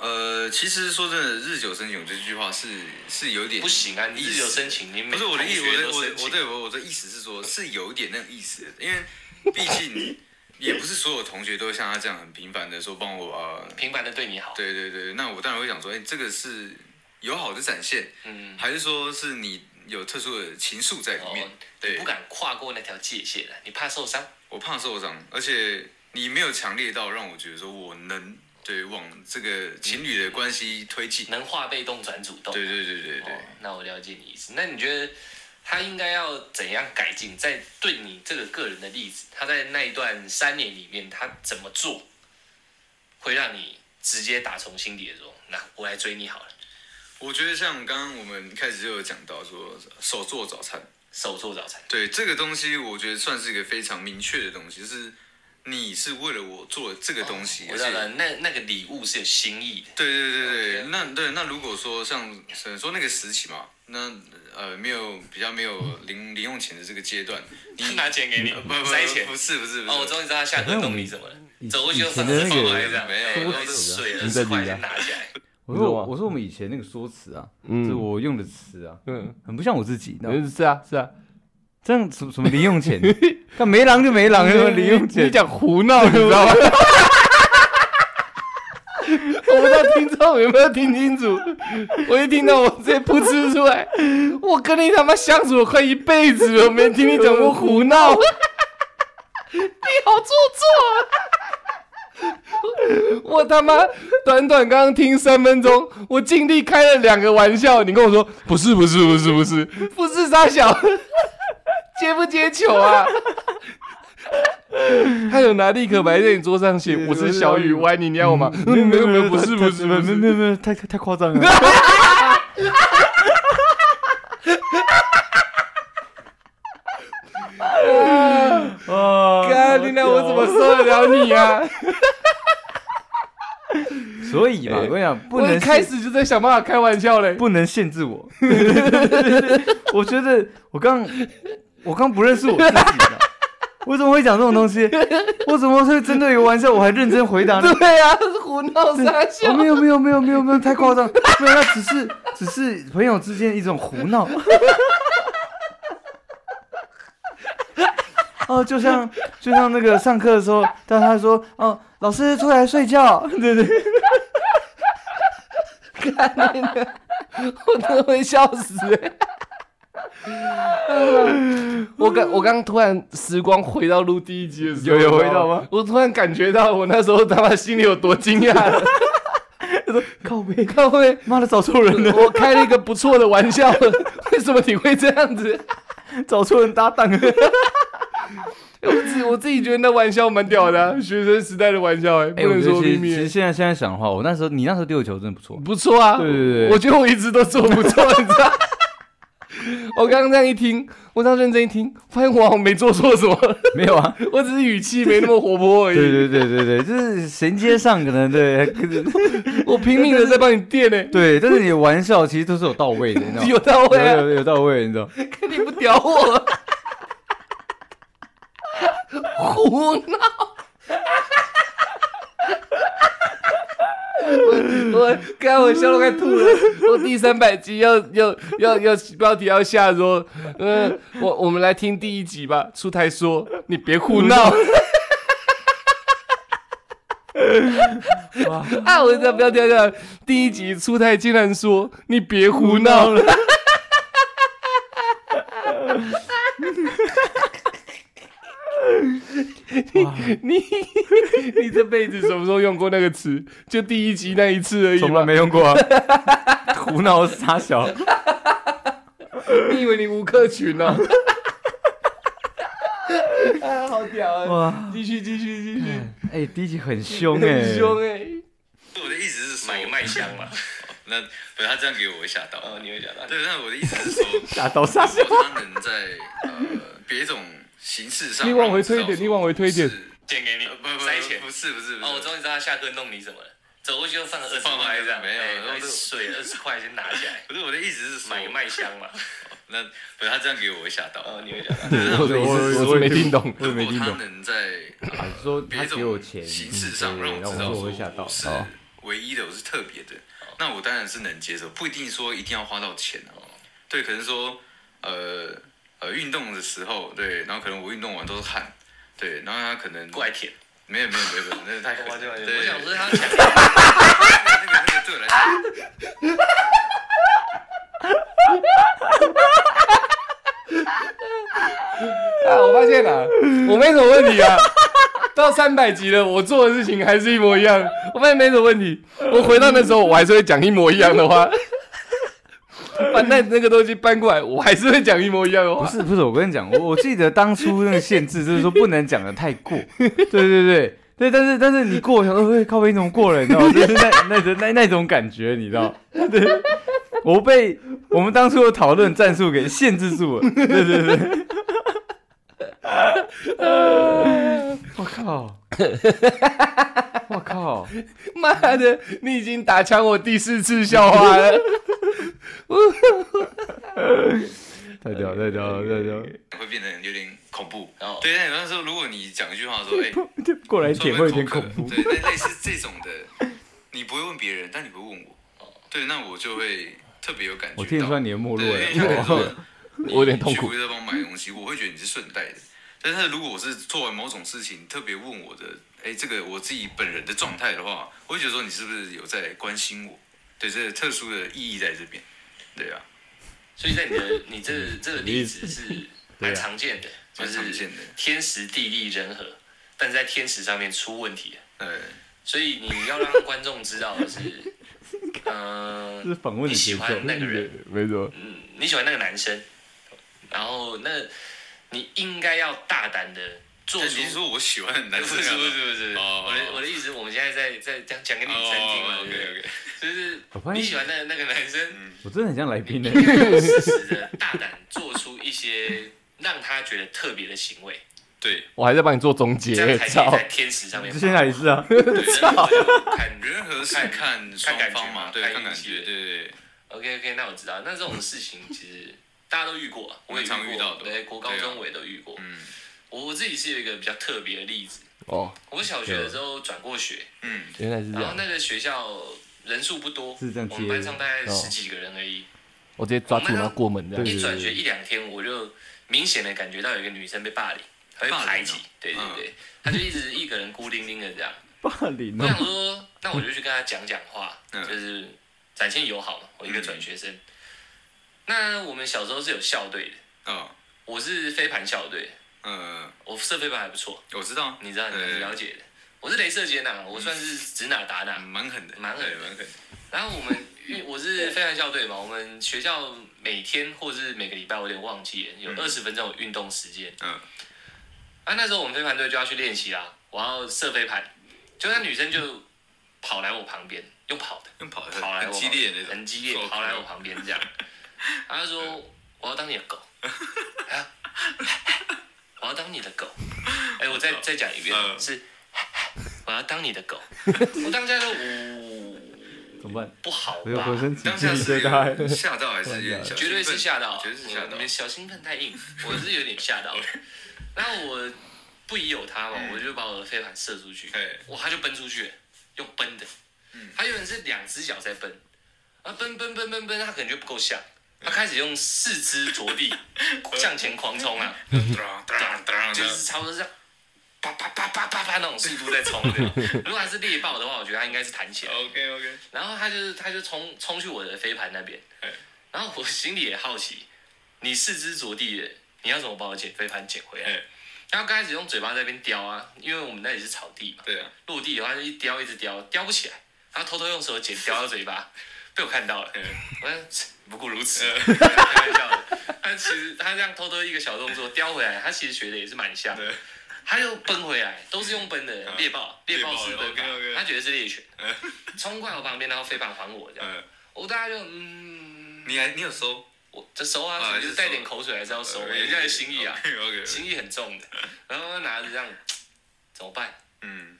B: 呃，其实说真的，日久生情，我这句话是是有点
A: 不行啊，你日久生情，你每
B: 不是我的意思，
A: 同学都
B: 我的
A: 生
B: 我我
A: 情
B: 对我我的意思是说，是有一点那种意思的，因为毕 竟也不是所有同学都会像他这样很频繁的说帮我啊、
A: 频繁的对你好。
B: 对对对，那我当然会想说，哎、这个是友好的展现，
A: 嗯，
B: 还是说是你有特殊的情愫在里面？
A: 哦
B: 对
A: 不，敢跨过那条界限了，你怕受伤。
B: 我怕受伤，而且你没有强烈到让我觉得说我能对往这个情侣的关系推进。
A: 能化被动转主动。
B: 对对对对对。
A: 哦，那我了解你意思。那你觉得他应该要怎样改进？在对你这个个人的例子，他在那一段三年里面，他怎么做会让你直接打从心底的说，那我来追你好了，
B: 我觉得像刚刚我们一开始就有讲到说手做早餐，
A: 手做早餐。
B: 对这个东西，我觉得算是一个非常明确的东西，就是你是为了我做这个东西，
A: 哦我
B: 而
A: 知道了
B: 且。
A: 那那个礼物是有心意的。
B: 对对对对
A: OK
B: 那对那如果说像呃说那个时期嘛，那呃没有比较没有零零用钱的这个阶段，你
A: 他拿钱给你
B: 不不，不
A: 塞钱。
B: 不是不是不
A: 哦，我
B: 是，
A: 终于知道他下课弄你怎么了
F: 以。
A: 走过去就
F: 以前
A: 放
F: 的那个
A: 放来这样，
B: 没有
A: 哎
B: 多
A: 我都
B: 久啊
A: 水了，
E: 你在
A: 十
E: 理啊
A: 块钱拿起来。
F: 我
E: 你知道
F: 说
E: 吗
F: 我我说我们以前那个说辞啊，
E: 嗯
F: 是我用的词啊，
E: 嗯，
F: 很不像我自己，你知道吗？
E: 嗯是啊是啊，
F: 这样什么什么零用钱？看没狼就没狼，什么零用
E: 你
F: 钱？
E: 讲胡 闹，你知道吗？我不知道听众有没有听清楚，我一听到我直接噗嗤出来。我跟你他妈相处了快一辈子了，我没听你讲过胡闹，你好做作啊！我他妈短短刚刚听三分钟，我尽力开了两个玩笑，你跟我说不是不是不是不是不是傻小，接不接球啊？他有拿立可白在你桌上写“我是小雨，我爱你”，你要我吗？嗯，没有没有，不是不是不
F: 没有没
E: 是，
F: 有没有，太太太夸张 了。啊！
E: 干你俩我怎么受得了你啊？
F: 所以哎嘛，我跟你讲，不
E: 我一
F: 能
E: 开
F: 限
E: 始就在想办法开玩笑嘞。
F: 不能限制我。我觉得我刚我刚不认识我自己呢， 我怎么会讲这种东西？我怎么会针对一个玩笑，我还认真回 答呢？
E: 对啊，胡闹傻
F: 哦，
E: 笑
F: 没。有没有没有没有没有，太夸张， 没有，那只是只是朋友之间一种胡闹。 哦，就像就像那个上课的时候，但他说哦，老师出来睡觉，对对对，
E: 我真的会笑死、 欸。我刚我刚突然时光回到录第一集的时候，
F: 有有
E: 你知
F: 回到吗？
E: 我突然感觉到我那时候他妈心里有多惊讶 了。
F: 靠背，
E: 各位，
F: 妈的找错人了，
E: 我开了一个不错的玩 笑，为什么你会这样子？
F: 找错人搭档了。
E: 我自己我自己觉得那玩笑蛮屌的啊、学生时代的玩笑、哎，
F: 哎、
E: 不
F: 我
E: 能
F: 觉得
E: 说秘
F: 其实其实
E: 密。
F: 现在现在想的话，我那时候你那时候丢的球真的不错，
E: 不错啊，
F: 对对对
E: 我觉得我一直都做不错，你知 道？我刚刚这样一听，我这样认真一听，发现我好像没做错什么，
F: 没有啊？
E: 我只是语气没那么活泼而已。
F: 对对对对对，就是衔接上可能对
E: 我拼命的在帮你垫呢、
F: 对，但是你的玩笑其实都是有到位的，你知道吗？
E: 有到位
F: 有
E: 啊，
F: 有有到位，你知道？
E: 肯定不屌我，胡闹。我我刚我笑都快吐了，我第三百集要要要要标题要下说，呃，我我们来听第一集吧，出台说你别胡闹。啊！我这标题要下第一集出台竟然说你别胡闹 了。 你你这辈子什么时候用过那个词？就第一集那一次而已嘛。
F: 从来没用过啊， 胡闹 傻小，
E: 你以为你吴克群 呢、
F: 哎
E: 啊？好屌啊！
F: 哇！
E: 继续继续继续，
F: 哎、第一集很凶哎、
E: 很凶哎、
B: 我的意思是说，
A: 买个麦 香嘛。
B: 那不是他这样给我会吓到。
A: 哦，你会讲到，
B: 对，那我的意思是说，
F: 吓到傻小
B: 如。果他能在呃别种形式上，
E: 你往回推一点，你往回推一点。
A: 钱给你
B: 呃，不不，
A: 塞钱
B: 不。是不是不是，
A: 哦，我终于知道他下课弄你什么了，走过去就放个二十
B: 放
A: 块这样，
B: 没有
A: 哎
B: 然后
A: 来
B: 就
A: 水二十块先拿起 来，
B: 不是我的意思是说，
A: 买个麦香嘛。
B: 那不是他这样给我会吓到。
A: 哦，你会讲到，
F: 对 我
E: 我我是没听懂
F: 我也
B: 如
F: 没
B: 果
F: 听
B: 他
F: 懂。
B: 能在
F: 啊说他
B: 别
F: 给我
B: 种
F: 钱，
B: 形式上让
F: 对
B: 我知
F: 然
B: 道
F: 后我
B: 说
F: 会吓到
B: 我。是
F: 哦
B: 唯一的，我是特别的，那我当然是能接受，不一定说一定要花到钱啊。对，可能说呃呃运动的时候，对，然后可能我运动完都是汗，对，然后他可能
A: 过来舔。
B: 没有没有没有，没有那是 太可
A: 我
B: 惜了。
A: 我
B: 对
A: 想 说
B: 对
A: 他 抢，
B: 那个那个对我来讲。
E: 啊，我发现了、我没什么问题啊。到三百集了，我做的事情还是一模一样，我发现没什么问题。我回到那时候，我还是会讲一模一样的话。把那那个东西搬过来，我还是会讲一模一样的
F: 不
E: 话。
F: 是不是，我跟你讲，我我记得当初那个限制就是说不能讲的太过，对对对对，但是但是你过，我想说，喂，靠背你怎么过了？你知道吗？就是那那那那那种感觉，你知道？对，我被我们当初的讨论战术给限制住了，对对对。我靠！我靠！
E: 妈的，你已经打枪我第四次笑话了。
F: 太屌了，太屌了，太屌了！
B: 会变得有点恐怖。
A: 哦
B: 对，那时候如果你讲一句话 说，哎、欸，
F: 就过来
B: 说
F: 舔会有点恐怖。
B: 对，那类似这种的，你不会问别人，但你会问我。对，那我就会特别有感觉到。
F: 我听得出来你的没落
B: 对，
F: 哎
B: 因为像你说
F: 哇，
E: 我有点痛苦
B: 你去对方买东西，我会觉得你是顺带的。但是如果我是做完某种事情，特别问我的，哎、这个我自己本人的状态的话，我会觉得说你是不是有在关心我？对，这个特殊的意义在这边。对啊，
A: 所以在你的你这这个例子是蛮常见的，就
B: 蛮常
A: 是
B: 见的。
A: 天时地利人和，但是在天时上面出问题了，
B: 对，
A: 所以你要让观众知道的是，嗯、
F: 这是访问的
A: 你喜
F: 节奏
A: 欢那个人，
E: 没错，
A: 嗯，你喜欢那个男生，然后那你应该要大胆的做
B: 但
A: 出
B: 你是。说我喜欢的男
A: 不
B: 生
A: 是
B: 啊
A: 不是不是，
B: 哦
A: 我的我的意思，我们现在在在讲讲给女生听嘛，
B: 哦
A: 对不对
B: OK，OK
A: 就是
F: 我发现
A: 你喜欢那那个男生，
F: 我真的很像来宾呢。欸
A: 应该要适时的大胆做出一些让他觉得特别的行为，
B: 对，
E: 我还在帮你做总结
A: 这样，才可以
E: 操
A: 在！天时 上面
F: 就。现在也是啊，
A: 对，然后我就 看
B: 人和是看双方
A: 看感觉嘛
B: 嘛，对，
A: 看
B: 看感
A: 运气
B: 觉，对对对，
A: OK OK，那我知道。那这种事情其实大家都遇过啊，我也
B: 蛮常
A: 过
B: 遇到的
A: 对，国高
B: 对啊
A: 中我也都遇过。
B: 嗯
A: 我我自己是有一个比较特别的例子，
E: 哦，
A: 我小学的时候转过学，
B: 嗯，
E: 原来是这
A: 然后
E: 样，
A: 那个学校人数不多，
F: 是这样接
A: 我们班上大概
E: 哦
A: 十几个人而已。
E: 我直接抓住然后过门这
F: 对
E: 样。
A: 一转学一两天，我就明显的感觉到有一个女生被霸凌，她被
B: 霸凌哦
A: 排挤，嗯对对对，她就一直一个人孤零零的这样。
F: 霸凌
A: 我
F: 哦
A: 想。说，那我就去跟她讲讲话，
B: 嗯
A: 就是展现友好嘛。我一个转学生，那我们小时候是有校队的，
B: 哦，
A: 我是飞盘校队，
B: 呃，
A: 我射飞盘还不错，
B: 我知道，
A: 你知道你
B: 对
A: 了解的。我是镭射接纳，我算是指哪打哪。
B: 蛮狠的，
A: 蛮狠的
B: 对蛮狠的，
A: 然后我们因为我是飞盘校队嘛，我们学校每天或是每个礼拜，我有点忘记了，有
B: 嗯
A: 二十分钟的运动时间。
B: 嗯，
A: 啊，那时候我们飞盘队就要去练习啦，我要射飞盘，就那女生就跑来我旁边，用跑的，
B: 用跑的
A: 跑来我
B: 很
A: 旁
B: 激烈的那嗯种，
A: 很激烈
B: 手，
A: 跑来我旁边 这样。然后他说：“我要当你的狗。”啊，我要当你的 狗。哎，我再再讲一遍，
B: 嗯
A: 是 我要当你的 狗。我当下就呜，
F: 怎么办？
A: 不好
F: 我有
A: 吧
F: 浑？身起
B: 当
F: 鸡
B: 下
F: 皮
B: 是
F: 疙瘩
B: 有。吓到还是有点小兴奋
A: 绝对是吓到，
B: 绝对是吓
A: 我
B: 到
A: 你。们小兴奋太硬， 我是有点吓到。那我不疑有他
B: 嗯
A: 嘛，我就把我的飞盘射出去
B: 嘿，
A: 哇，他就奔出去了，用奔的
B: 嗯，
A: 他原本是两只脚在奔，啊奔奔奔奔奔，他可能就不够像，他开始用四肢着 地
B: 嗯
A: 向前狂冲啊，
B: 当当当
A: 就
B: 当
A: 是差不多是这样。啪啪啪啪啪啪那种速度在冲 的，如果他是猎豹的话，我觉得他应该是弹起来。
B: OK OK，
A: 然后他就是他就冲冲去我的飞盘那边
B: 哎，
A: 然后我心里也好奇，你四肢着地的，你要怎么把我捡飞盘捡回来
B: 哎？
A: 然后刚开始用嘴巴在那边叼啊，因为我们那里是草地嘛，
B: 对啊，
A: 陆地的话就一叼一直叼，叼不起来，然后偷偷用手捡叼到嘴巴，被我看到了，
B: 嗯
A: 我说切不过如此，开玩笑的。他其实他这样偷偷一个小动作叼回来，他其实学的也是蛮像的，
B: 对，
A: 他又奔回来，都是用奔的
B: 嗯
A: 猎豹，猎
B: 猎
A: 豹
B: 豹
A: 式
B: 的
A: 奔法
B: OK，OK，
A: 他觉得是猎犬
B: 嗯，
A: 冲过来我旁边，然后飞盘还我这样。
B: 嗯，
A: 我大家就嗯，
B: 你还你有收呃
A: 我这收啊，
B: 啊
A: 就是带点口水还是要收，人家的心意啊，
B: ？OK，
A: 心意很重的。然后拿着这样，怎么办
B: 嗯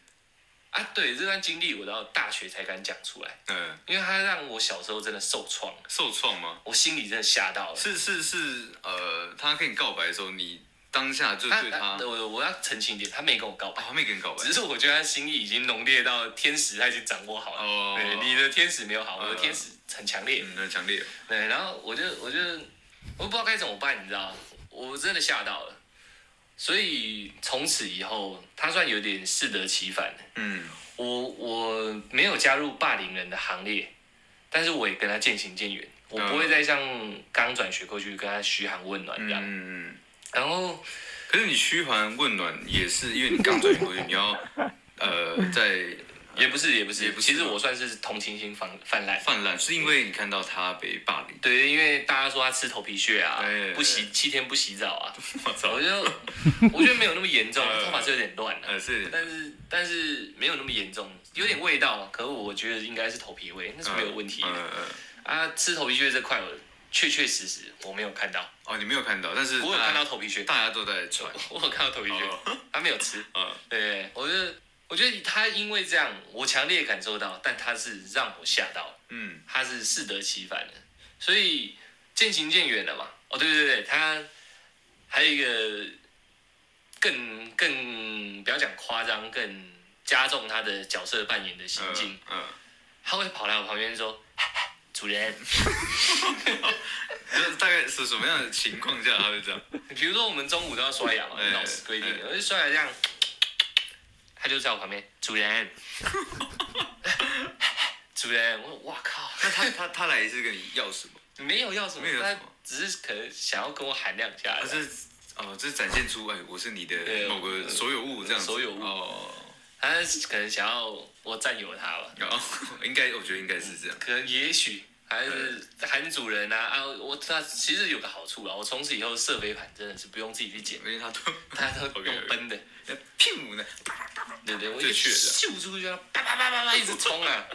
A: 啊？对，这段经历我到大学才敢讲出来，
B: 嗯，
A: 因为它让我小时候真的受创了，
B: 受创吗？
A: 我心里真的吓到了。
B: 是是是，呃，他跟你告白的时候，你当下就
A: 他
B: 对他，
A: 他
B: 哦，
A: 我我要澄清一点，他没跟我告白，
B: 他没跟你告白
A: 只，是我觉得他心意已经浓烈到天使，他已经掌握好了。
B: 哦，
A: 对，你的天使没有好，我的
B: 嗯
A: 天使很强烈。
B: 嗯，很强烈，
A: 对，然后我就我就我不知道该怎么办，你知道吗？我真的吓到了，所以从此以后，他算有点适得其反了。
B: 嗯，
A: 我我没有加入霸凌人的行列，但是我也跟他渐行渐远，我不会再像刚转学过去跟他嘘寒问暖一
B: 嗯
A: 样。
B: 嗯嗯。
A: 然后
B: 可是你嘘寒问暖也是因为你刚转过去，你要 呃在
A: 也不是也不是，
B: 也不是
A: 其实我算是同情心泛泛滥。
B: 泛滥，是因为你看到他被霸凌，
A: 对，因为大家说他吃头皮屑啊
B: 哎，
A: 不洗七天不洗澡啊，
B: 我操
A: 我，就 我觉得没有那么严重，啊
B: 呃
A: 头发是有点乱了、
B: 呃是，
A: 但是但是没有那么严重，有点味道，啊可我觉得应该是头皮味，那是没有问题的、
B: 嗯嗯嗯，
A: 啊。吃头皮屑这块，我确确实实我没有看到，
B: 哦，你没有看到，但是哦
A: 我有看到哦头皮屑，
B: 大家都在传，呃
A: 我有看到头皮屑，他没有吃。
B: 嗯
A: 对，我觉得我觉得他因为这样，我强烈感受到，但他是让我吓到了，
B: 嗯
A: 他是适得其反的，所以渐行渐远了嘛。哦，对对对，他还有一个更更不要讲夸张，更加重他的角色扮演的行径。
B: 嗯嗯，
A: 他会跑来我旁边说：“ 主人，
B: 就是大概是什么样的情况下他会这样？
A: 比如说我们中午都要刷牙嘛，
B: 哎
A: 老师规定
B: 哎，
A: 我就刷牙这样，他就在我旁边，主人， 主人，我哇靠，
B: 那他他他来是跟你要什么？
A: 没有要什么
B: 没有，要
A: 他
B: 什么
A: 只是可能想要跟我喊两下
B: 他，是哦，这展现出哎，我是你
A: 对呃
B: 的某个所有物这样子，
A: 所有物
B: 哦，
A: 他是可能想要我占有他吧，
B: 哦应该我觉得应该是这样，
A: 可能也许。”还是喊主人啊啊！我他其实有个好处啊，我从此以后射飞盘真的是不用自己去捡
B: 因，为他都
A: 他都
B: OK，OK
A: 用奔的。
B: 屁股呃呢，
A: 对对，我
B: 就
A: 一
B: 去了
A: 咻出去，然后叭叭叭叭叭一直冲啊！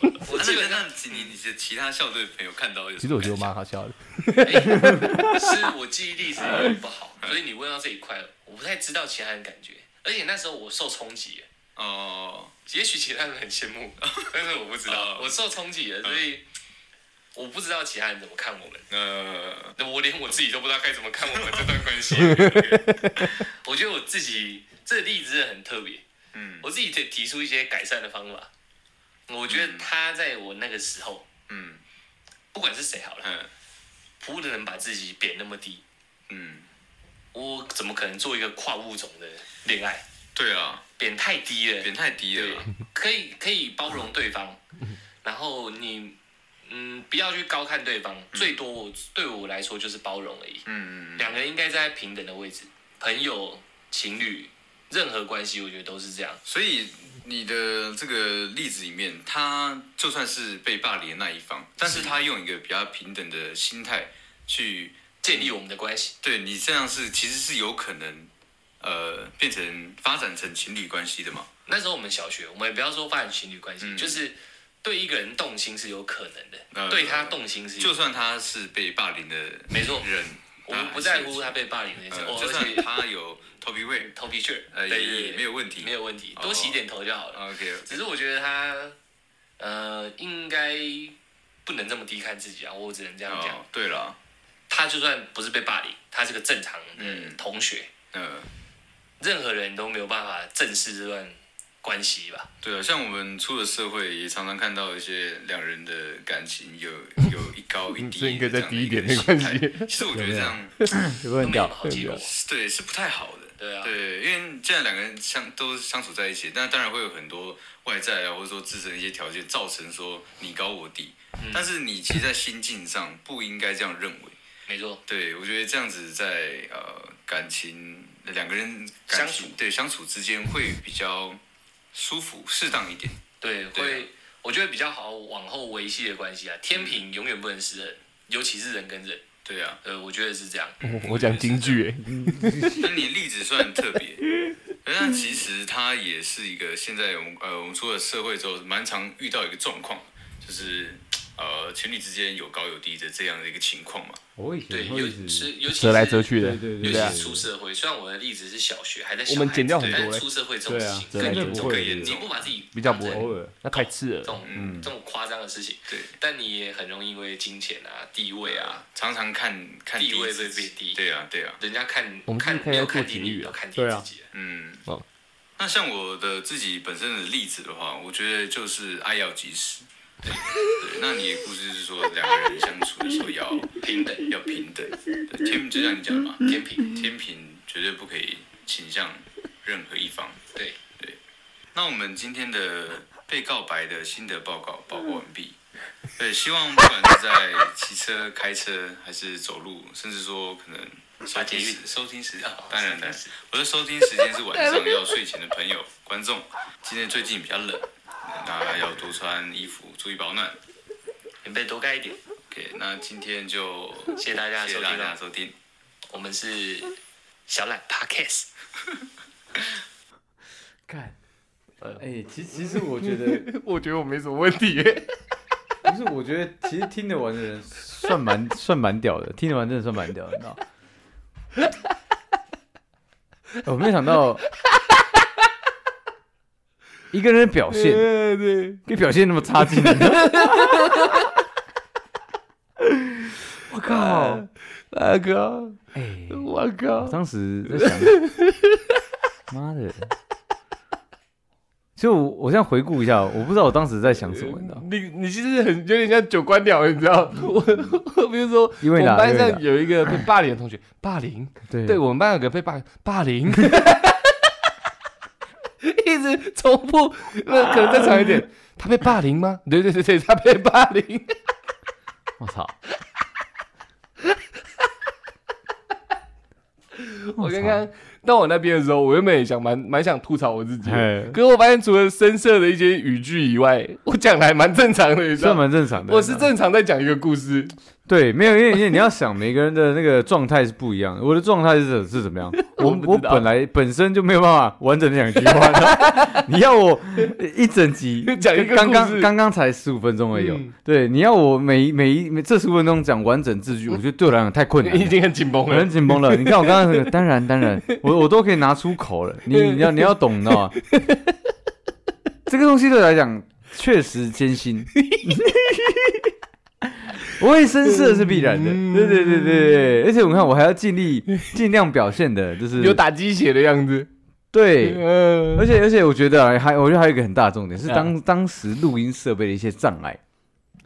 A: 我
B: 那
A: 基
B: 这
A: 本
B: 个
A: 上嗯
B: 让你你的其他校队朋友看到有什
F: 其实
B: 么感觉，
F: 我觉得我蛮好笑的，
A: 哎是我记忆力是有点不好，所以你问到这一块，我不太知道其他人感觉，而且那时候我受冲击了，
B: 哦，
A: 也许其他人很羡慕，但是我不知道
B: 哦，
A: 我受冲击了，所以我不知道其他人怎么看我们，
B: 呃，
A: 那我连我自己都不知道该怎么看我们这段关 系。我觉得我自己这个例子真的很特别，
B: 嗯
A: 我自己提提出一些改善的方法，我觉得他在我那个时候。
B: 嗯
A: 不管是谁好了，
B: 嗯
A: 服务的人把自己贬那么低，
B: 嗯，
A: 我怎么可能做一个跨物种的恋爱？
B: 对啊，
A: 贬太低了，
B: 点太低
A: 对
B: 了，，
A: 可以可以包容对方，然后你嗯不要去高看对方，最多我对我来说就是包容而已。
B: 嗯嗯嗯
A: 两个人应该在平等的位置，朋友、情侣，任何关系，我觉得都是这样。
B: 所以你的这个例子里面，他就算是被霸凌的那一方，但是他用一个比较平等的心态去
A: 建立我们的关系，
B: 对你这样是其实是有可能，呃变成发展成情侣关系的嘛？
A: 那时候我们小学，我们也不要说发展情侣关系，
B: 嗯
A: 就是对一个人动心是有可能的，
B: 呃
A: 对他动心是有
B: 就算他是被霸凌的
A: 没错
B: 人，
A: 我
B: 他
A: 们
B: 还
A: 不
B: 是
A: 在
B: 有
A: 乎他被霸凌那些，
B: 呃
A: 哦
B: 就算
A: 而且
B: 他 有头皮味
A: 头皮屑，
B: 呃
A: 对
B: 也没有问题
A: 没有问题，
B: 哦
A: 多洗一点头就好了。
B: ，OK，
A: 只是我觉得他，呃，应该不能这么低看自己啊，我只能这样讲。
B: 哦，对了，
A: 他就算不是被霸凌，他是个正常的
B: 嗯
A: 同学，
B: 呃，
A: 任何人都没有办法正视这段关系吧？
B: 对啊，像我们出了社会，也常常看到一些两人的感情有有一高一低，
E: 所以应该再低一点
B: 这样的一个形
E: 没关
B: 态其实我觉得这样
F: 有没有
A: 都
F: 很
A: 没有
F: 屌？
A: 好结果。
B: 是对是不太好的。
A: 对啊，
B: 对，因为既然两个人相都相处在一起，但当然会有很多外在啊，或者说自身的一些条件，造成说你高我低。
A: 嗯
B: 但是你其实，在心境上不应该这样认为。
A: 没错，
B: 对，我觉得这样子在呃感情两个人感情
A: 相处
B: 对相处之间会比较舒服，适当一点。
A: 对，
B: 对
A: 会我觉得比较好往后维系的关系啊，天平永远不能失衡，尤其是人跟人，
B: 对啊，
A: 呃，我觉得是这样。
E: 我我讲京剧哎，
B: 那你的例子虽然特别，但其实它也是一个现在我们呃我们出了社会之后，蛮常遇到一个状况，就是呃情侣之间有高有低的这样的一个情况嘛。
F: 我以
A: 对，
F: 前会
A: 尤
F: 一直
A: 是尤其
E: 折来折
A: 是
E: 去的，
F: 对对
A: 尤
F: 对
A: 其
E: 啊
A: 是，出社会，虽然我的例子是小学，还在小
E: 我们
A: 孩子
E: 剪掉很多
A: 但是
E: 欸
A: 出社会这种
F: 对
A: 事
F: 啊
A: 情
F: 折
A: 更
F: 来折
A: 严
F: 去
A: 重，
B: 更严
A: 你
B: 重
A: 不把自己
E: 比较不
A: 当成
E: 会，那太刺
A: 这
E: 耳了。
A: 种
B: 嗯
A: 这种夸张的事情，
B: 对，
A: 但你也很容易因为金钱啊、地位啊，
B: 常常看看
A: 地位
B: 自己
A: 被被低
B: 对啊，对啊。
A: 人家看
E: 我们是
A: 看
E: 不是可以
A: 没有
E: 做
A: 看
E: 体
A: 低
E: 育
A: 你，
E: 啊
A: 要看低
F: 对啊
A: 自己啊。
B: 嗯
E: 哦，
B: 那像我的自己本身的例子的话，我觉得就是爱要及时。对，对那你的故事是说两个人相处的时候要
A: 平等
B: 要平等，对天平就像你讲的嘛，
A: 天平，
B: 天平绝对不可以倾向任何一方。
A: 对，
B: 那我们今天的被告白的心得报告报告完毕。对，希望不管是在骑车、开车，还是走路，甚至说可能收听时收听时间，啊当然当然，我的收听时间是晚上要睡前的朋友观众。今天最近比较冷，那要多穿衣服，注意保暖。
A: 你被多盖一点。
B: OK，那今天就
A: 谢谢大家的
B: 谢嗯
A: 收
B: 谢大
A: 听
B: 家
A: 啊
B: 的，收听。
A: 我们是小懒 Podcast。
E: 看，
F: 哎，其其实我觉得
E: 我觉得我没什么问题耶。
F: 不是，我觉得其实听得完的人算蛮算蛮屌的，听得完真的算蛮屌的，你知道？哎 我没有想到一个人的表现
E: 对对，
F: 可以表现那么差劲，你知道我靠！
E: 我靠，
F: 哎，
E: 我
F: 我
E: 靠，
F: 当时在 想，妈的！就我我现在回顾一下，我不知道我当时在想什么，你知道？
E: 你你其实很有点像九官鸟，你知道？我我比如说，
F: 因
E: 我
F: 为
E: 们
F: 哪？
E: 班
F: 因为
E: 上
F: 哪
E: 有一个被霸凌的同 学，霸凌，
F: 对
E: 对我们班有个被霸霸 凌，一直重复，那可能再长一 点。他被霸凌吗？对对对对，他被霸凌。
F: 我 操！
E: 我刚刚到我那边的时候，我原本也想蛮蛮想吐槽我自己的，
F: 哎，
E: 可是我发现除了深色的一些语句以外，我讲的还蛮正常的，你知道
F: 算
E: 吗？
F: 蛮正常的。
E: 我是正常在讲一个故事，
F: 对，没有，因为因为你要想每个人的那个状态是不一样的。我的状态是怎是 怎么样？我
E: 我不
F: 我
E: 知道
F: 本来本身就没有办法完整的讲一句话的， 你要我一整集
E: 讲 一个
F: 刚
E: 故
F: 刚
E: 事
F: 刚刚才十五分钟而已哦、
E: 嗯
F: 对，你要我每每一每这十五分钟讲完整字句，我觉得对我来讲嗯太困难
E: 已
F: 了。
E: 经很紧绷
F: 我
E: 了
F: 很。紧绷了，你看我刚刚那个，当然当然，我我都可以拿出口了。你你要你要懂，你 知道吗？这个东西对我来讲确实艰辛， 我会生涩是必然的，
E: 嗯
F: 对对对对对，而且我看我还要尽力尽量表现的，就是
E: 有打鸡血的样子，
F: 对，
E: 嗯
F: 而且而且我觉得啊还我觉得还有一个很大的重点是
E: 啊
F: 当当时录音设备的一些障碍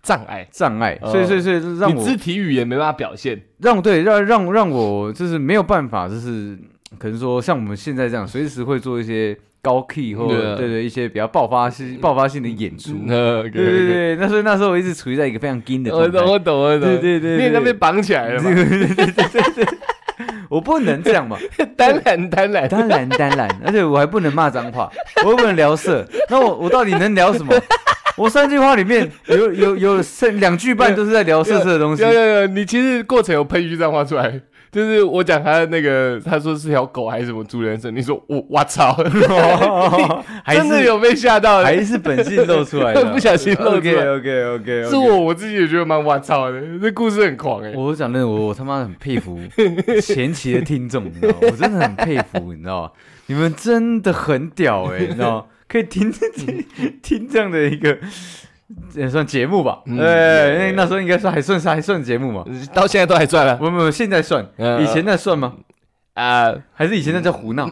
E: 障碍，
F: 障碍，
E: 哦
F: 所以所以所以让
E: 你
F: 我
E: 肢体语言没办法表现，
F: 让对让让让我就是没有办法，就是可能说像我们现在这样，随时会做一些高 key 或
E: 对啊
F: 对对一些比较爆发性爆发性的演出。
E: 嗯，对
F: 对 对对，那所以那时候我一直处于在一个非常紧的
E: 我
F: 状态
E: 懂，。我懂，我懂，
F: 对对对对
E: 你也在被绑起来了嘛？
F: 我不能这样嘛，
E: 当然，当然，
F: 当然当然，而且我还不能骂脏话，我又不能聊色，那我我到底能聊什么？我三句话里面有有有剩两句半都是在聊色色的东西
E: 有。有有，你其实过程有喷一句脏话出来，就是我讲他的那个，他说是条狗还是什么猪人生，你说我我操，
F: 哦 还
E: 真的
F: 是
E: 有被吓到，
F: 还是本性露出来的，
E: 不小心露出
F: OK
E: 来
F: OK OK，
E: 是我我自己也觉得蛮我操的，这故事很狂哎、
F: 我讲真的，我我他妈很佩服前期的听众，你知道吗，我真的很佩服，你知道吗？你们真的很屌哎、你知道吗？可以听
E: 嗯
F: 听听这样的一个也算节目吧？
E: 嗯
F: 哎、那那时候应该算还算是还算节目嘛？
E: 到现在都还赚了
F: 不不不，现在算，
E: 嗯
F: 以前那算吗？
E: 啊，
F: 还是以前那叫胡
E: 嗯
F: 闹？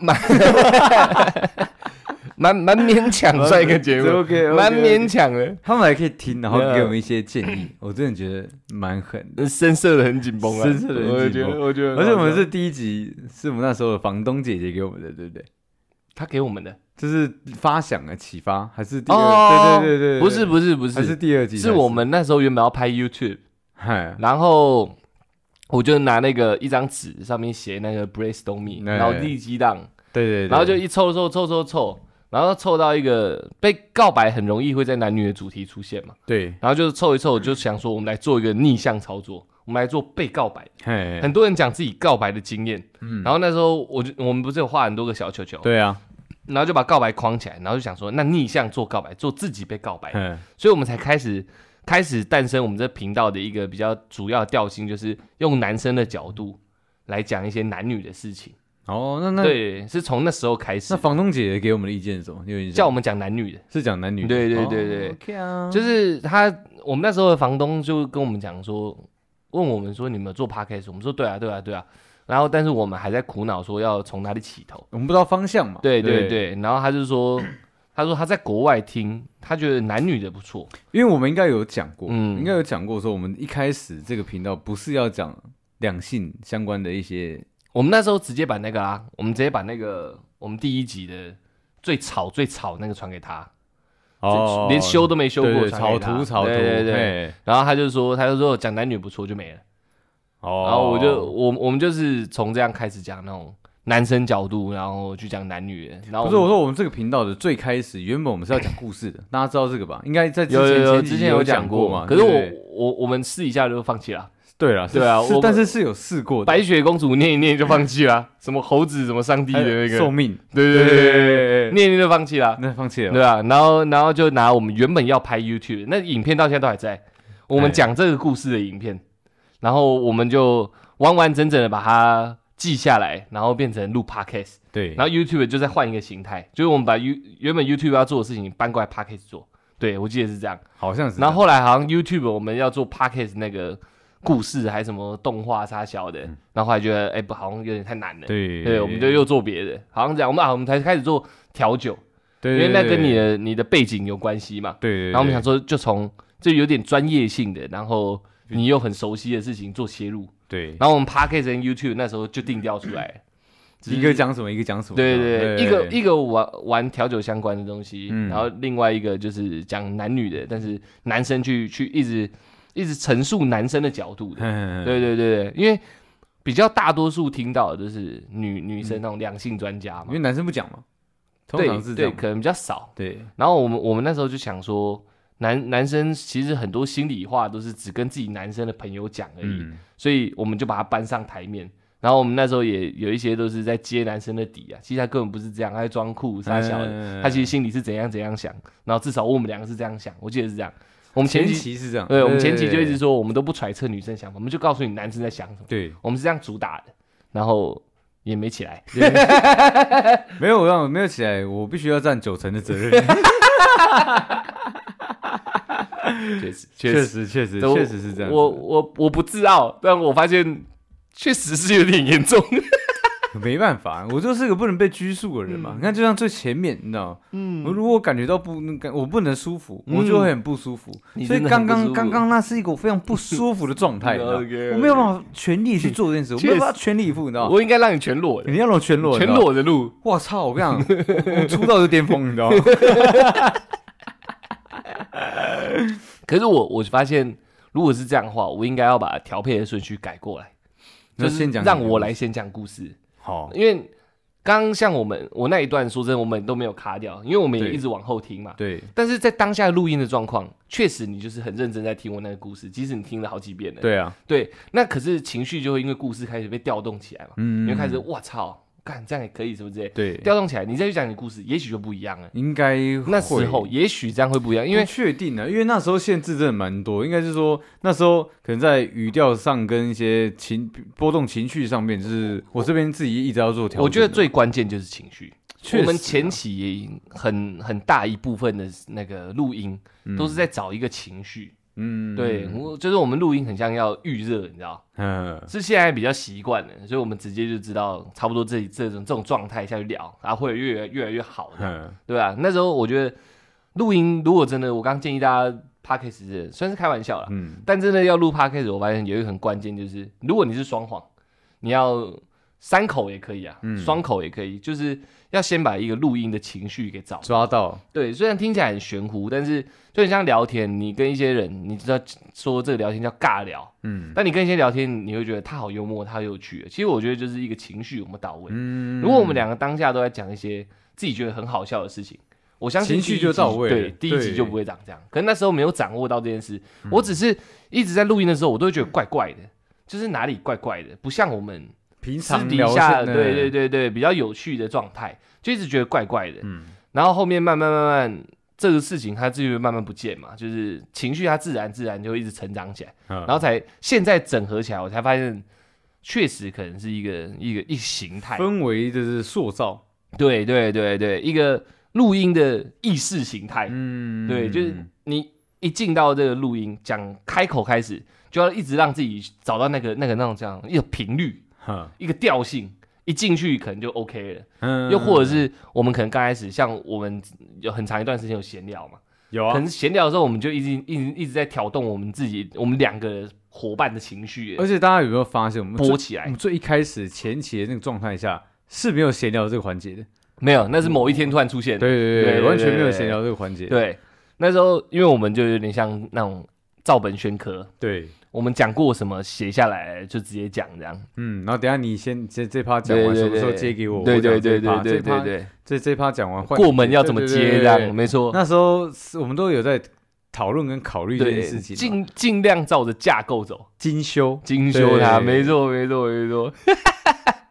E: 蛮蛮勉 强
F: 呃
E: 算一个节目
F: OK，OK，OK
E: 蛮勉强的，
F: 他们还可以听，然后
E: 嗯
F: 给我们一些建议，我真的觉得蛮狠的。
E: 深色的很紧绷啊，
F: 深色得很紧
E: 我觉得
F: 绷
E: 我觉得很好笑，
F: 而且我们是第一集，是我们那时候的房东姐姐给我们的，对不对？
E: 他给我们的
F: 就是发想啊，启发还是第二？对对对对，对
E: 哦不是不是不
F: 还是
E: 是，
F: 第二集才
E: 是我，们那时候原本要拍 YouTube，
F: 嗨，
E: 然后我就拿那个一张纸上面写那个 brainstorm me，
F: 哎
E: 然后立激荡，
F: 对对，对
E: 然后就一凑凑凑凑凑，然后凑到一个被告白很容易会在男女的主题出现嘛，
F: 对，
E: 然后就是凑一凑，我就想说我们来做一个逆向操作，我们来做被告白。
F: 嘿，
E: 很多人讲自己告白的经验，
F: 哎嗯
E: 然后那时候我就我们不是有画很多个小球球，
F: 对啊，
E: 然后就把告白框起来，然后就想说那逆向做告白，做自己被告白，
F: 嗯，
E: 所以我们才开始开始诞生我们这频道的一个比较主要的调性，就是用男生的角度来讲一些男女的事情。
F: 哦，那那
E: 对，是从那时候开始
F: 那，嗯房东姐姐给我们的意见是什么？有点
E: 叫我们讲男女的，
F: 是讲男女，
E: 对对对对
F: ，OK 啊，
E: 就是他我们那时候的房东就跟我们讲说，问我们说你们有做 podcast，我们说对啊对啊对啊，然后但是我们还在苦恼说要从哪里起头。
F: 我们不知道方向嘛，
E: 对对，对，然后他就说，他说他在国外听，他觉得男女的不错，
F: 因为我们应该有讲过，
E: 嗯
F: 应该有讲过说我们一开始这个频道不是要讲两性相关的一些，
E: 我们那时候直接把那个啊，我们直接把那个我们第一集的最吵最吵那个传给他，就连修都没修
F: 哦对
E: 过
F: 对，
E: 传给
F: 草
E: 他，
F: 图草图，
E: 对对对。
F: 嘿，
E: 然后他就说，他就说讲男女不错就没了。
F: 哦，
E: 然后我就我我们就是从这样开始讲那种男生角度，然后去讲男女的。然后
F: 不是我
E: 们
F: 说，我们这个频道的最开始，原本我们是要讲故事的，大家知道这个吧？应该在之
E: 有
F: 前
E: 有有，
F: 前几
E: 之
F: 集
E: 前
F: 有
E: 讲
F: 过嘛？
E: 可是
F: 对
E: 我
F: 不对
E: 我我们试一下就放弃了。
F: 对了，
E: 对啊
F: 是
E: 我
F: 但是是有试过的，
E: 白雪公主念一念就放弃了，什么猴子，什么上帝
F: 还
E: 的
F: 有
E: 那个，
F: 寿哎命，
E: 对对对对对，念一念就放弃了，
F: 那放弃了
E: 对
F: 吧，
E: 吧？然后然后就拿我们原本要拍 YouTube 那影片到现在都还在，我们讲这个故事的影片，然后我们就完完整整的把它记下来，然后变成录 Podcast，
F: 对，
E: 然后 YouTube 就再换一个形态，就是我们把 U 原本 YouTube 要做的事情搬过来 Podcast 做，对我记得是这样。
F: 好像是这样，
E: 然后后来好像 YouTube 我们要做 Podcast 那个故事还什么动画啥小的，然后后来觉得哎、不好像有点太难了。
F: 对
E: 对，我们就又做别的，好像这样，我们啊，我们才开始做调酒，
F: 对，
E: 因
F: 对
E: 为那跟你
F: 对
E: 的你的背景有关系嘛。
F: 对对，
E: 然后我们
F: 对
E: 想，说，就从这有点专业性的，然后你又很熟悉的事情做切入，
F: 对，
E: 然后我们 podcast 跟 YouTube 那时候就定调出来，只是
F: 一个讲什么，一个讲什么，
E: 对对对，一个
F: 一
E: 一个玩玩调酒相关的东西，
F: 嗯
E: 然后另外一个就是讲男女的，但是男生去去一直一直陈述男生的角度的，
F: 嗯
E: 对对对对，因为比较大多数听到的就是女女生那种两性专家嘛
F: 嗯因为，男生不讲嘛，通
E: 对
F: 常是这
E: 对，
F: 样嘛，
E: 可能比较少。
F: 对
E: 然后我们我们那时候就想说，男男生其实很多心里话都是只跟自己男生的朋友讲而已，
F: 嗯，
E: 所以我们就把它搬上台面。然后我们那时候也有一些都是在揭男生的底啊，其实他根本不是这样，他在装酷傻小的，
F: 嗯
E: 他其实心里是怎样怎样想。然后至少我们两个是这样想，我记得是这样。我们前
F: 前
E: 期
F: 期是这样，
E: 对，我们前期就一直
F: 对
E: 说我们都不揣测女生想法，我们就告诉你男生在想什么，
F: 对，
E: 我们是这样主打的，然后也没起来。
F: 没有让没有起来，我必须要占九成的责任，
E: 确实，
F: 确实确实
E: 对我
F: 确实是这样子，
E: 我我我不自傲，但我发现确实是有点严重。
F: 没办法，我就是个不能被拘束的人嘛。你看，就像最前面，你知道吗？嗯，我如果感觉到不能感，我不能舒服，我就会很不舒服。
E: 嗯你
F: 所以
E: 真的
F: 刚
E: 很不舒
F: 刚
E: 服
F: 刚刚那是一个我非常不舒服的状 态，你知道吗
E: OK，OK
F: 我没有办法全力去做这件事，我没有办法全力以赴，你知道吗？
E: 我应该让你全裸的
F: 你，要让我全裸，
E: 全
F: 哦你知道吗。
E: 裸的录，
F: 我操！我跟你讲，我出道就巅峰，你知 道吗？
E: 可是我我发现，如果是这样的话，我应该要把调配的顺序改过来，
F: 那
E: 就
F: 先
E: 是
F: 讲
E: 让我来先讲故事，
F: 好，
E: 因为刚刚像我们我那一段，说真的，我们都没有卡掉，因为我们也
F: 对
E: 一直往后听嘛。
F: 对
E: 但是在当下录音的状况，确实你就是很认真在听我那个故事，即使你听了好几遍了。
F: 对啊，
E: 对，那可是情绪就会因为故事开始被调动起来嘛，
F: 嗯
E: 你就开始我操，干这样也可以什么之类，
F: 对，
E: 调动起来，你再去讲你的故事，也许就不一样了。
F: 应该
E: 那时
F: 会
E: 候也许这样会不一样，因
F: 因为
E: 为
F: 确定的，因为那时候限制真的蛮多，应该是说那时候可能在语调上跟一些情波动情绪上面，就是我这边自己一直要做调整的。
E: 我觉得最关键就是情绪。
F: 确
E: 我们
F: 实啊
E: 前期也很很大一部分的那个录音都是在找一个情绪，
F: 嗯
E: 对，我就是我们录音很像要预热，你知道，
F: 嗯
E: 是现在比较习惯了，所以我们直接就知道差不多这这种这种状态下去聊，然后会越来越来越好的。
F: 嗯
E: 对吧、那时候我觉得录音，如果真的，我刚建议大家 podcast 的虽然是开玩笑啦，
F: 嗯，
E: 但真的要录 podcast，我发现有一个很关键就是，如果你是双簧，你要三口也可以啊，
F: 嗯
E: 双、口也可以，就是要先把一个录音的情绪给找。
F: 抓到
E: 对，虽然听起来很玄乎，但是就很像聊天，你跟一些人，你知道说这个聊天叫尬聊，
F: 嗯
E: 但你跟一些人聊天，你会觉得他好幽默，他好有趣。其实我觉得就是一个情绪有没有到位。
F: 嗯，
E: 如果我们两个当下都在讲一些自己觉得很好笑的事情，我相信
F: 情绪
E: 第一
F: 就
E: 集
F: 到位了
E: 对，第一集
F: 对嗯
E: 就不会长这样。可能那时候没有掌握到这件事，我只是一直在录音的时候，我都会觉得怪怪的，就是哪里怪怪的，不像我们
F: 平
E: 私
F: 常
E: 底
F: 聊嗯
E: 下
F: 天呢
E: 对对对对比较有趣的状态，就一直觉得怪怪的。
F: 嗯
E: 然后后面慢慢慢慢。这个事情它就会慢慢不见嘛，就是情绪它自然自然就会一直成长起来，
F: 然
E: 然后才现在整合起来，我才发现确实可能是一个一个一形态，
F: 氛围就是塑造，
E: 对对对对，一个录音的意识形态，
F: 嗯
E: 对，就是你一进到这个录音，讲开口开始，就要一直让自己找到那个那个那种这样一个频率、
F: 哈
E: 一个调性，一进去可能就 OK 了。
F: 嗯
E: 又或者是我们可能刚开始，像我们有很长一段时间有闲聊嘛，
F: 有
E: 可
F: 啊
E: 能，闲聊的时候，我们就一直一直一直在挑动我们自己，我们两个伙伴的情绪
F: 而且大家有没有发现我们最
E: 播起
F: 我
E: 来
F: 们。最一开始前期的那个状态下是没有闲聊这个环节的，
E: 没有，
F: 嗯
E: 那是某一天突然出现的。
F: 对
E: 对
F: 对对，
E: 对
F: 完全没有
E: 对
F: 闲聊这个环节，
E: 对，那时候因为我们就有点像那种照本宣科，
F: 对。
E: 我们讲过什么写下来就直接讲这样。
F: 嗯，然后等一下你先这这趴讲
E: 对
F: 完，什
E: 对
F: 么时候
E: 对，
F: 接给我？
E: 对
F: 我讲
E: 对对
F: 这趴
E: 对对
F: 这趴
E: 对对，
F: 这这趴讲完换
E: 过
F: 你
E: 门要怎么
F: 对对
E: 接
F: 对
E: 这
F: 对
E: 样，嗯
F: 对
E: 没错。
F: 那时候是我们都有在讨论跟考虑这件
E: 对
F: 事，情嘛，
E: 尽尽量照着架构走，
F: 精修。
E: 精修它，
F: 对
E: 没错没错没错。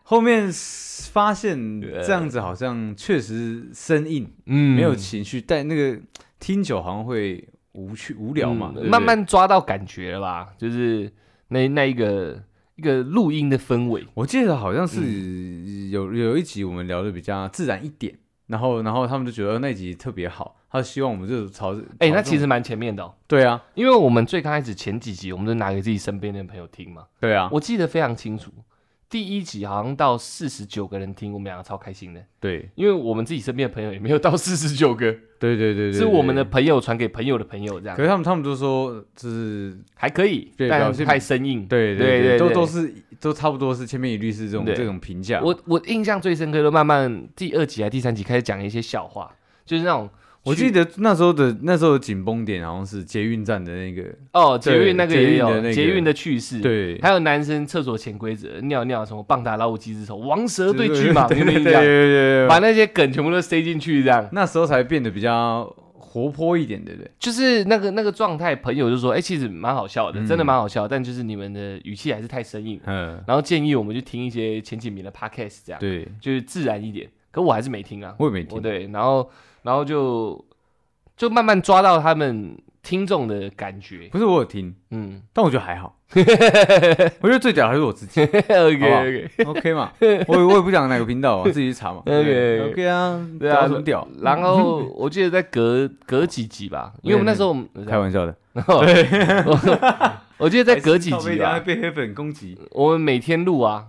F: 后面是发现这样子好像确实生硬，
E: 嗯，
F: 没有情绪，但那个听久好像会无趣无聊嘛，
E: 嗯
F: 对不对
E: 慢慢抓到感觉了吧？就是那那一个一个录音的氛围，
F: 我记得好像是有有一集我们聊的比较自然一点，然后然后他们就觉得哦那集特别好，他希望我们就朝
E: 哎，
F: 朝
E: 那
F: 这
E: 其
F: 种
E: 实蛮前面的哦，
F: 对啊
E: 因为我们最刚开始前几集，我们都拿给自己身边的朋友听嘛。
F: 对啊
E: 我记得非常清楚，第一集好像到四十九个人听，我们两个超开心的，
F: 对
E: 因为我们自己身边的朋友也没有到 四十九个，
F: 对对对对，
E: 是我们的
F: 对。
E: 朋友传给朋友的朋友这样
F: 可，是他们他们都说就是
E: 还可以，
F: 对
E: 但
F: 表现
E: 不太生硬。
F: 对
E: 对
F: 对，
E: 对
F: 都
E: 对
F: 都是都差不多是千篇一律是这种
E: 对
F: 这种评价。
E: 我我印象最深刻的，慢慢第二集还第三集开始讲一些笑话，就是那种
F: 我
E: 去
F: 记得那时候的那时候的紧绷点好像是捷运站的那个，
E: 哦，捷
F: 对
E: 运那个
F: 捷
E: 也
F: 运
E: 有
F: 的那
E: 捷
F: 个
E: 运的趣事，，
F: 对，
E: 还有男生厕所潜规则，尿尿什么棒打老虎鸡之手，王蛇对
F: 对
E: 巨蟒，
F: 对
E: 你有没有
F: 对
E: 印
F: 对
E: 象？
F: 对
E: 把
F: 对，
E: 那些梗全部都塞进去，这样
F: 那时候才变得比较活泼一点，对不对？
E: 就是那个那个状态，朋友就说：“哎、其实蛮好笑的，
F: 嗯
E: 真的蛮好笑，但就是你们的语气还是太生硬。
F: 嗯”，
E: 然后建议我们去听一些前几名的 podcast，这样
F: 对，
E: 就是自然一点。可我还是没听啊，
F: 我也没
E: 我
F: 听，
E: 对，然后然后就就慢慢抓到他们听众的感觉，
F: 不是我有听，
E: 嗯
F: 但我觉得还 好，我觉得最屌还是我自 己
E: ，OK OK，
F: ，OK 嘛，我我也不讲哪个频 道啊，自己去查嘛
E: OK，OK
F: OK 啊，
E: 对啊
F: 屌什么屌？
E: 然后我记得在隔隔几集吧，因为我们那时候
F: 开玩笑的，
E: 然后 我我记得在隔几
F: 还是
E: 集
F: 靠
E: 吧
F: 背，被黑粉攻击，
E: 我们每天录啊，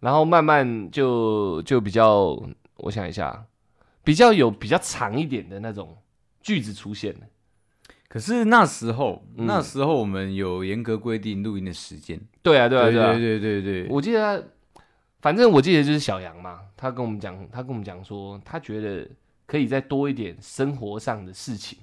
E: 然后慢慢就就比较，我想一下，比较有比较长一点的那种句子出现了。
F: 可是那时候，
E: 嗯
F: 那时候我们有严格规定录音的时间。
E: 对啊，对啊，
F: 对
E: 啊。
F: 对对对对，
E: 我记得他，反正我记得就是小杨嘛，他跟我们讲，他跟我们讲说，他觉得可以再多一点生活上的事情，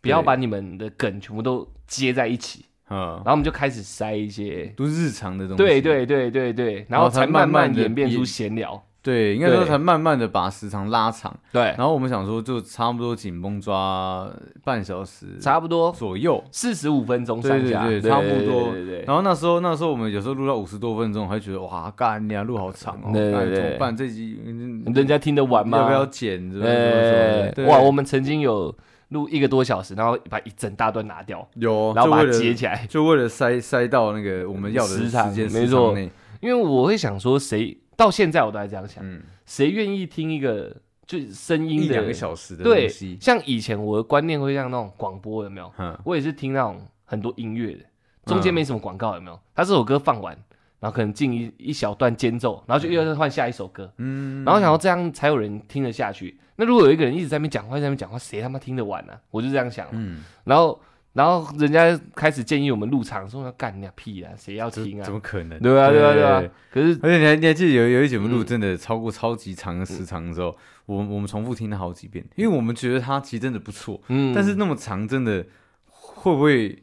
E: 不要
F: 对
E: 把你们的梗全部都接在一起，
F: 嗯
E: 然，后我们就开始塞一些。
F: 都是日常的东西。
E: 对对对对对，然后
F: 嗯后才
E: 才慢
F: 慢慢
E: 慢
F: 地
E: 演变出
F: 变
E: 闲聊。
F: 对，应该说
E: 对
F: 才慢慢的把时长拉长，
E: 对，
F: 然后我们想说就差不多紧绷抓半小时
E: 差不多
F: 左右，
E: 四十五分钟
F: 对
E: 上
F: 对
E: 下，
F: 对，差不多。
E: 对对对
F: 然后那时候那时候我们有时候录到五十多分钟，还觉得哇，干你啊，录好长哦，
E: 对对
F: 干
E: 对
F: 怎么办？这集嗯
E: 对，人家听得完吗？
F: 要不要剪？什么什么什
E: 呃
F: 么的，
E: 哇，我
F: 们
E: 们曾经有录一个多小时，然后把一整大段拿掉，
F: 有，啊
E: 然后
F: 就
E: 把它
F: 为了
E: 接起来
F: 哦就为了塞塞到那个我们要的
E: 时
F: 时
E: 长
F: 间
E: 没错
F: 内
E: 因为我会想说谁，到现在我都还这样想，
F: 嗯，
E: 谁愿意听一个就是声音
F: 一
E: 的
F: 两个小时的
E: 对
F: 东，西，
E: 像以前我的观念会像那种广播有没有？
F: 嗯，
E: 我也是听那种很多音乐的，中间
F: 嗯
E: 没什么广告有没有？他这首歌放完，然后可能进一一小段间奏，然后就又要换下一首歌，
F: 嗯，
E: 然后想要这样才有人听得下去。那如果有一个人一直在那边讲话，一直在那边讲话，谁他妈听得完呢、我就这样想嘛。
F: 嗯，
E: 然后然后人家开始建议我们入场，说要干你啊屁啊，谁要
F: 这
E: 听啊
F: 怎？么可能？
E: 对啊对啊对啊！可是嗯
F: 而且你还你还记得有有一节目录真的超过超级长的时长的时候，我我们重复听了好几遍，因为我们觉得它其实真的不错，
E: 嗯，
F: 但是那么长真的会不会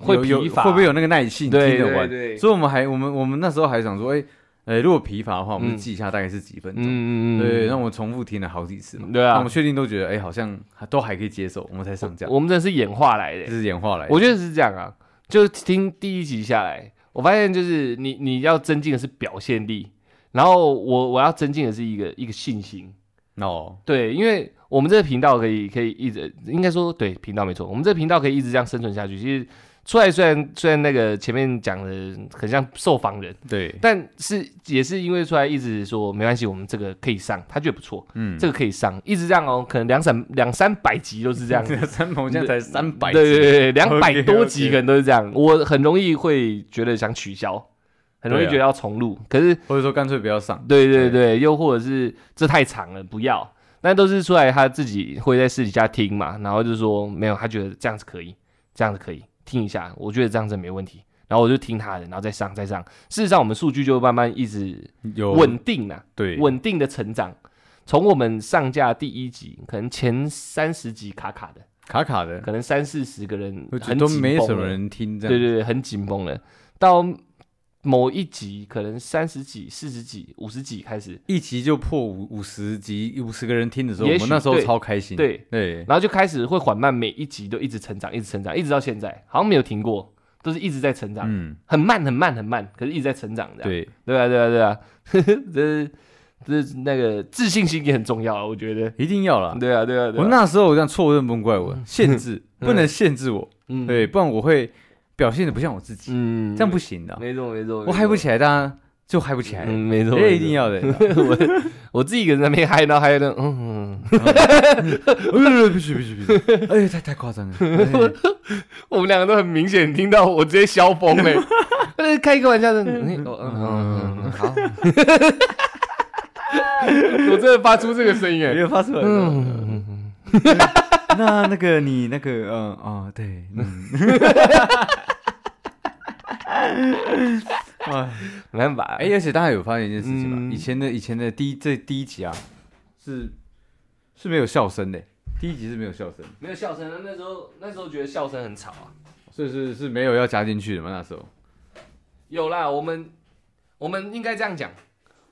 E: 会
F: 有有
E: 疲乏
F: 会不会有那个耐性听
E: 对
F: 得
E: 对
F: 完？
E: 对
F: 所以我们还我们我们那时候还想说，哎、呃，如果疲乏的话，我们就
E: 嗯
F: 记一下大概是几分
E: 嗯
F: 钟。
E: 嗯嗯，
F: 对，让我们重复听了好几次嘛。
E: 对啊
F: 那我们确定都觉得，哎、好像还都还可以接受，我们才上架。
E: 我们真的是演化来的
F: 这。是演化来的。
E: 我觉得是这样啊，就听第一集下来，我发现就是你你要增进的是表现力，然后我我要增进的是一个一个信心。
F: 哦，
E: 对，因为我们这个频道可以可以一直，应该说对频道没错，我们这个频道可以一直这样生存下去。其实出来虽然虽然那个前面讲的很像受访人，
F: 对，
E: 但是也是因为出来一直说没关系，我们这个可以上，他觉得不错，
F: 嗯，
E: 这个可以上，一直这样哦，可能两三两三百集都是这样 子。
F: 三毛现在才三百，
E: 对对对，两百
F: OK，OK
E: 多集可能都是这样。我很容易会觉得想取消，很容易
F: 对啊
E: 觉得要重录。可是，
F: 或者说干脆不要上。
E: 对对对，又或者是这太长了，不要。那都是出来他自己会在私底下听嘛，然后就说没有，他觉得这样子可以，这样子可以听一下，我觉得这样子没问题。然后我就听他的，然后再上再上。事实上，我们数据就会慢慢一直
F: 有
E: 稳定啦，
F: 哦对
E: 稳定的成长。从我们上架第一集，可能前三十集卡卡的，
F: 卡卡的，
E: 可能三四十个人
F: 我觉得
E: 很
F: 都
E: 紧
F: 没
E: 绷
F: 什么
E: 了
F: 人听这样。
E: 对对对，很紧绷了。到某一集可能三十几、四十几、五十几开始，
F: 一集就破五五十集，五十个人听的时候，
E: 也
F: 我
E: 许
F: 们那时候
E: 对
F: 超开心。
E: 对
F: 对，
E: 然后就开始会缓慢，每一集都一直成长，一直成长，一直到现在，好像没有停过，都是一直在成长，
F: 嗯，
E: 很慢很慢很慢，可是一直在成长的。
F: 对，
E: 对啊对啊对啊， 这是这是那个自信心也很重要啊，我觉得。
F: 一定要啦。
E: 对啊对啊对
F: 我
E: 啊，
F: 那时候我这样错认崩怪我，限 制不能限制我，
E: 嗯
F: 对，不然我会表现的不像我自己，
E: 嗯，
F: 这样不行的，
E: 没错没错，
F: 我嗨不
E: 起
F: 起来，大家就嗨不起来
E: 嗯，，没 错，
F: 这
E: 没
F: 一定
E: 错
F: 要的。
E: 我我自己一个人在那边嗨，然后嗨的，嗯，嗯
F: 呃不许不许不许， 哎，太太夸 张了。哎
E: 我们两个都很明显听到我直接消疯嘞、欸，但是开一个玩笑的，嗯哦嗯嗯嗯， 好，我真的发出这个声音哎、
F: 没
E: 欸，
F: 有发出来的。
E: 嗯，嗯
F: 那那个你那个嗯哦对，嗯，哇
E: 没办法， 哎、
F: 哎，而且大家有发现一件事情
E: 嗯
F: 吗？以前的以前的第一这第一集啊，是是没有笑声的，第一集是没有笑声，
E: 没有笑声啊，那时候那时候觉得笑声很吵啊，
F: 所以是是没有要加进去的嘛？那时候
E: 有啦，我们我们应该这样讲，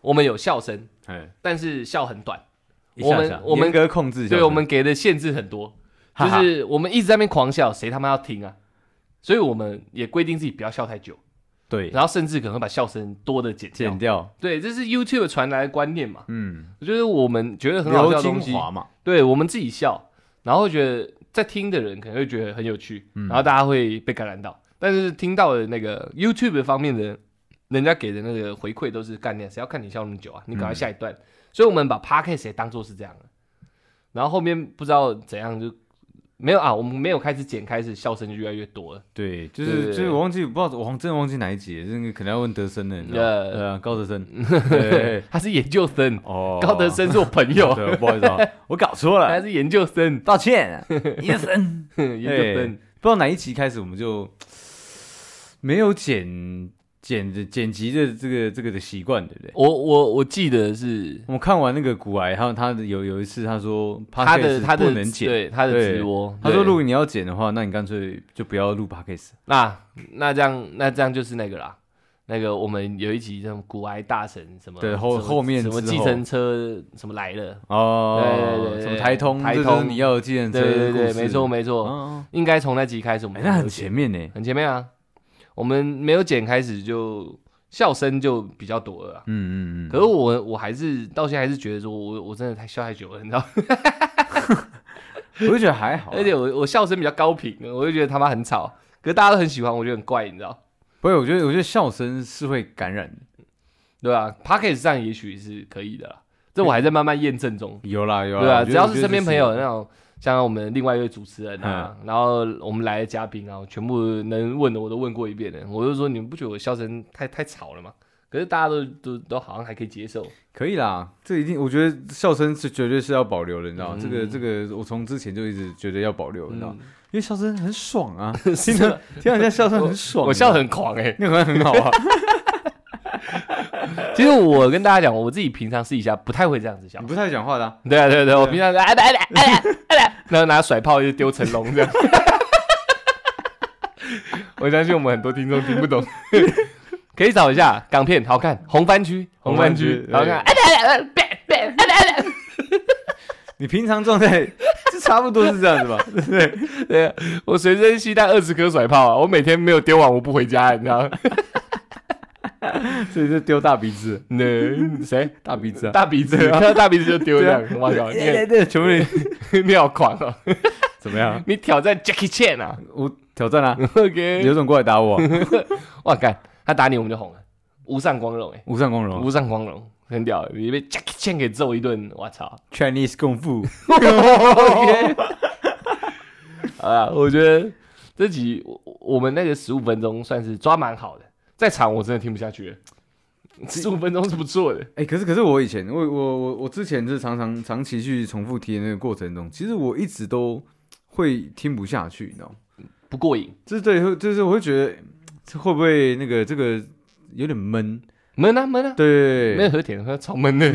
E: 我们有笑声，
F: 哎，
E: 但是笑很短，
F: 一下
E: 我们
F: 下
E: 我们
F: 严格控制笑声，
E: 对我们给的限制很多，就
F: 哈哈
E: 是我们一直在那边狂笑，谁他妈要听啊？所以我们也规定自己不要笑太久，
F: 对
E: 然后甚至可能会把笑声多的剪掉
F: 剪。掉，
E: 对，这是 YouTube 传来的观念嘛，
F: 嗯，
E: 就是我们觉得很好笑
F: 刘
E: 的东
F: 精
E: 西，
F: 华嘛，
E: 对我们自己笑，然后会觉得在听的人可能会觉得很有趣，
F: 嗯
E: 然后大家会被感染到。但是听到的那个 YouTube 方面的人家给的那个回馈都是概念，谁要看你笑那么久啊？你赶
F: 嗯
E: 快下一段。所以我们把 Podcast 也当做是这样的，然后后面不知道怎样就没有啊，我们没有开始剪，开始笑声就越来越多了。
F: 对，就
E: 对
F: 是
E: 对
F: 就是我忘记，不知道我忘真的忘记哪一集了，这个可能要问德森了，你知道
E: 呃
F: 吗？对啊，高 德森，对
E: 他是研究生，
F: 哦，
E: 高德森是我朋友，
F: 对，不 好意思啊，我搞错了
E: 他，是研究生，
F: 抱歉，医生。
E: 研究生。
F: 不知道哪一集开始，我们就没有剪剪剪辑的这个这个的习惯，对不对？
E: 我我我记得是
F: 我们看完那个古癌，还有他的有有一次他说
E: 他的
F: podcast
E: 他的
F: 不能剪，
E: 对他的
F: 对
E: 直播，
F: 他说
E: 对
F: 如果你要剪的话，那你干脆就不要录 podcast。
E: 那那这样那这样就是那个啦，那个我们有一集什么古埃大神什么
F: 对后
E: 什么
F: 后面
E: 什么
F: 之
E: 计
F: 后
E: 程车什么来了，对对
F: 哦，
E: 对
F: 什么台通，
E: 台
F: 这就是
E: 通
F: 你要有技能车
E: 对
F: 的
E: 对对，
F: 故事
E: 没错没错，
F: 嗯
E: 应该从那集开始我
F: 哎
E: 们、
F: 那很前，面呢。
E: 很前面啊，我们没有剪开始就笑声就比较多了啊、
F: 嗯嗯嗯。
E: 可是我我还是到现在还是觉得说我我真的太笑太久了，你知道吗，
F: 我就觉得还好啊，
E: 而且我我笑声比较高频，我就觉得他妈很吵，可是大家都很喜欢，我觉得很怪，你知道。
F: 不是，我觉得我觉得笑声是会感染的。
E: 对啊 p o c k e t 上也许是可以的啦，这我还在慢慢验证中。
F: 有啦有啦，
E: 对啊，
F: 我觉
E: 只
F: 得
E: 要
F: 我
E: 是
F: 觉得
E: 身边
F: 这
E: 朋友那种，像我们另外一位主持人啊，
F: 嗯
E: 然后我们来的嘉宾啊，全部能问的我都问过一遍了。我就说你们不觉得我笑声太太吵了吗？可是大家都都都好像还可以接受。
F: 可以啦，这一定，我觉得笑声是绝对是要保留的，你知道吗？
E: 嗯
F: 这个这个，我从之前就一直觉得要保留，你知道吗？因为笑声很爽啊，
E: 是
F: 听到
E: 啊
F: 听到人家笑声很爽，
E: 我笑得很狂哎、
F: 那个很好啊。
E: 其实我跟大家讲，我自己平常私底下不太会这样子笑
F: 你。不太讲话的啊，
E: 对啊对啊对啊，我平常就哎来来哎来哎 来，然后拿甩炮就丢成龙这样。 我相信我们很多听众听不懂， 可以找一下港片，好看，《红番区》红番区，
F: 红
E: 好
F: 番区
E: 看。哎来来来，别别哎来来来，
F: 你平常状态就差不多是这样 子吧？对不对？
E: 对啊，我随身携带二十颗甩炮啊，我每天没有丢完我不回家，你知道吗？
F: 所以就丢大鼻 子，
E: 那谁？
F: 大鼻子啊，
E: 大鼻子，看到大鼻子就丢这样，我靠，你
F: 对对，全部人
E: 很 你好狂哦！
F: 怎么样？
E: 你挑战 Jackie Chan 啊
F: 我挑战啊，
E: ？OK，
F: 你有种过来打我啊，
E: 哇干，他打你我们就红了，无上光荣哎、
F: 无上啊光荣
E: 无上光荣，很屌，欸你被 Jackie Chan 给揍一顿，我操！
F: ，Chinese 功夫，哦
E: 啊，我觉得这集我我我们那个十五分钟算是抓蛮好的，在场我真的听不下去了，十五分钟是不错的。
F: 哎、可是可是我以前我我我我之前是常常长期去重复提的那个过程中，其实我一直都会听不下去，你知道吗？
E: 不过瘾，
F: 就是对，会就是我会觉得嗯这会不会那个这个有点闷？
E: 闷啊闷啊，
F: 对，
E: 没有和田和超闷 的，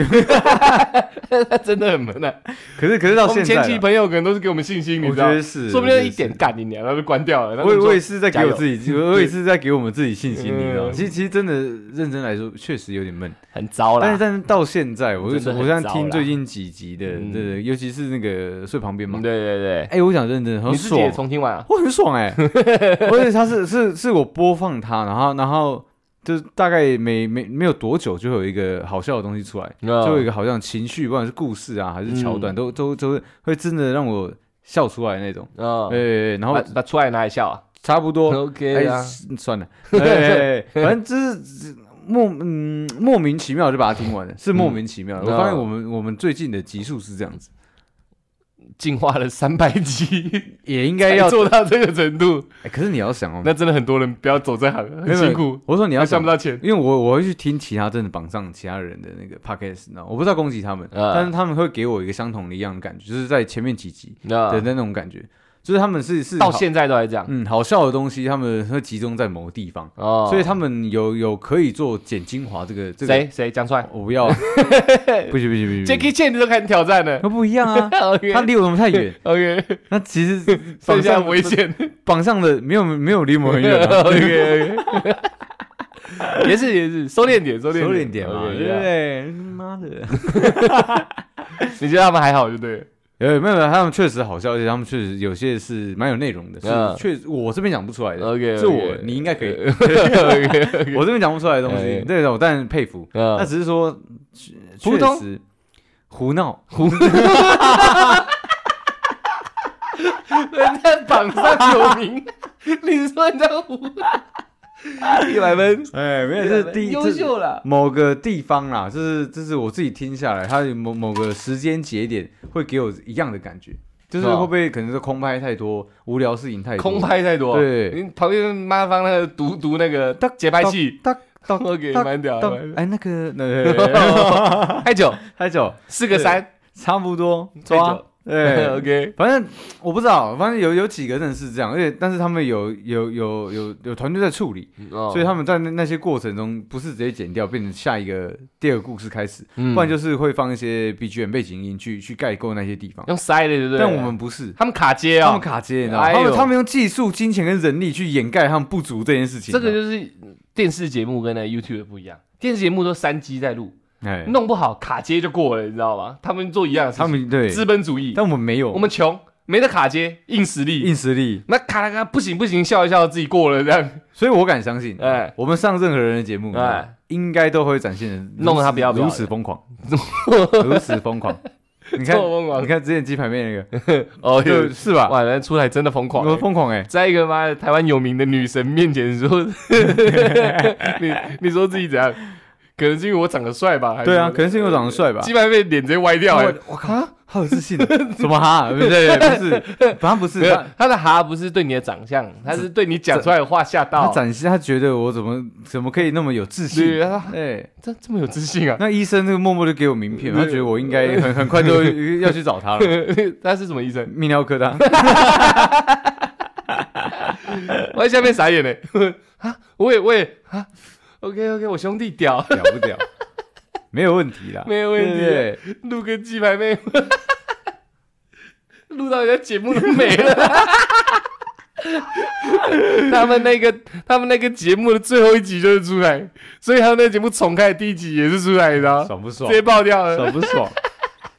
E: 他真的很闷啊。
F: 可是可是到
E: 我们
F: 现
E: 前
F: 在啦，
E: 期朋友可能都是给我们信心，你
F: 我
E: 知道
F: 觉
E: 吗
F: 得，是，
E: 说不
F: 我觉
E: 定
F: 得
E: 一点
F: 是。
E: 干你娘，然后就关掉了。然后
F: 我也
E: 就说
F: 我也是在给
E: 加
F: 我
E: 油
F: 自己，我也是在给我们自己信心，你知道吗？
E: 嗯
F: 其实其实真的认真来说，确实有点闷。
E: 很糟
F: 但是
E: 啦，
F: 但是到现在，我就
E: 真的很
F: 我现在
E: 糟
F: 听
E: 啦
F: 最近几集的，
E: 嗯
F: 对对，尤其是那个睡旁边嘛
E: 对，对对，
F: 哎，我想认真，很
E: 你自己也
F: 爽。
E: 重听完啊？
F: 我很爽 哎、而且它是是是我播放它，然后然后就是大概每每没有多久就会有一个好笑的东西出来，就会有一个好像情绪，不管是故事啊还是桥段，
E: 嗯
F: 都都都会会真的让我笑出来那种。
E: 嗯，
F: 对，然后
E: 把把出来拿来笑啊。
F: 差不 多，
E: OK 啊，
F: 哎算了，哎 反正就是莫嗯莫名其妙就把它听完了，是莫名其妙的。
E: 嗯
F: 我发现我们我们最近的集数是这样子，
E: 进化了三百 集，
F: 也应该
E: 才
F: 哎要，
E: 做到这个程度，
F: 哎可是你要想哦，
E: 那真的很多人不要走这行，
F: 没
E: 很
F: 有
E: 辛苦，
F: 我说你要
E: 还
F: 想
E: 赚不到钱。
F: 因为我我会去听其他真的榜上其他人的那个 podcast，你知道吗，我不知道攻击他们，
E: 嗯
F: 但是他们会给我一个相同的一样的感觉，就是在前面几集
E: 那
F: 的那种感觉，就是他们是是
E: 到
F: 好
E: 现在都还这样
F: 嗯好笑的东西，他们会集中在某个地方，
E: 哦。
F: 所以他们有有可以做剪精华这个这个，
E: 谁谁讲出来
F: 我不要，啊不行不行不行不行，
E: ？Jackie Chan 都开始挑战 了。，
F: 那不一样啊
E: OK
F: 他离我们 太远，
E: OK，
F: 那其实
E: 剩
F: 榜
E: 下
F: 上
E: 危 险。
F: 榜上的没有没有离我们很远 啊
E: OK，OK，也是也是，收敛点，收敛
F: 收敛点嘛，
E: OK，啊
F: 对不对？妈的！
E: 你觉得他们还好就对了。
F: 呃，没有，没有他们确实好笑，而且他们确实有些是蛮有内容的，
E: 嗯呃
F: 是确实我这边讲不出来的。
E: OK，
F: 是我， 你应该可以，
E: OK，
F: 我这边讲不出来的东西
E: 哎。
F: 对的，我当然佩服，那
E: 嗯，
F: 只是说
E: 胡
F: 确
E: 同
F: 实胡闹，
E: 人在榜上有名， 你说人家胡，一百分，
F: 哎，没有，这是第
E: 优
F: 这
E: 秀了。
F: 某个地方啦，就是这是我自己听下来，它有某某个时间节点会给我一样的感觉，就是
E: 是吧
F: 会不会可能是空拍太多，无聊事情太多，
E: 哦空拍太多，
F: 对
E: 你旁边妈放那个读读那个节拍器，
F: 哒 哒哒
E: OK，
F: 哒
E: 蛮屌的
F: 哒
E: 蛮屌
F: 哎，那个 那
E: 太久，
F: 太久，
E: 四个三，
F: 差不多
E: 太
F: 抓
E: 久，
F: 对
E: OK，
F: 反正我不知道，反正有有几个人是这样，而且但是他们有有有有有团队在处理，
E: 哦
F: 所以他们在那那些过程中不是直接剪掉，变成下一个第二个故事开始，
E: 嗯
F: 不然就是会放一些 BGM 背景音去去概括那些地方。
E: 用塞的，对不对？
F: 但我们不是，
E: 他们卡接
F: 他们
E: 啊，
F: 卡接，你知道吗？
E: 哎
F: 他
E: 呦
F: 们他们用技术、金钱跟人力去掩盖他们不足这件事情。
E: 这
F: 啊
E: 个
F: 你知道吗
E: 就是电视节目跟那个 YouTube 不一样，电视节目都三机在录，
F: 哎，
E: 弄不好卡接就过了，你知道吗？他们做一样的事情，
F: 他们对，
E: 资本主义，
F: 但我们没有，
E: 我们穷，没得卡接，硬实力。
F: 硬实力，
E: 那卡啦卡不行不行，笑一笑自己过了这样，
F: 所以我敢相信，
E: 哎
F: 我们上任何人的节目，
E: 哎
F: 应该都会展现得如此
E: 弄得他不要不要
F: 如
E: 的
F: 此 疯狂，如此疯狂。你看
E: 这么疯，狂
F: 你看之前鸡排妹那个，
E: 哦，
F: 就是吧？
E: 哇，人出来真的疯狂、
F: 我疯狂哎，
E: 在一个妈的台湾有名的女神面前说， 你你说自己怎样？可能是因为我长得帅吧？还
F: 对啊，
E: 什么
F: 可能是因为我长得帅吧。
E: 鸡排妹脸直接歪掉、欸
F: 我。我靠， 好有自 信啊！什么哈？对对， 不是，反正不是
E: 没有
F: 他，，
E: 他的哈不是对你的长相，他是对你讲出来的话吓
F: 他
E: 到。
F: 展现他觉得我怎么怎么可以那么有自
E: 对，啊
F: 信？
E: 他说
F: 哎，
E: 这这么有自信啊？
F: 那医生那个默默就给我名片，
E: 对
F: 他觉得我应 该很很快就要去找他了。
E: 他是什么医生？
F: 泌尿科的啊，
E: 我在下面傻眼嘞、 啊，我也我也啊，OK OK，我兄弟屌，
F: 屌不屌？没有问题啦，
E: 没有问题
F: 对不对
E: 录个鸡排妹，录到人家节目都没了。他们那个他们那个节目的最后一集就是出来，所以他们那个节目重开的第一集也是出来的，你知道吗
F: 爽不爽
E: 直？接爆掉了。
F: 爽不爽？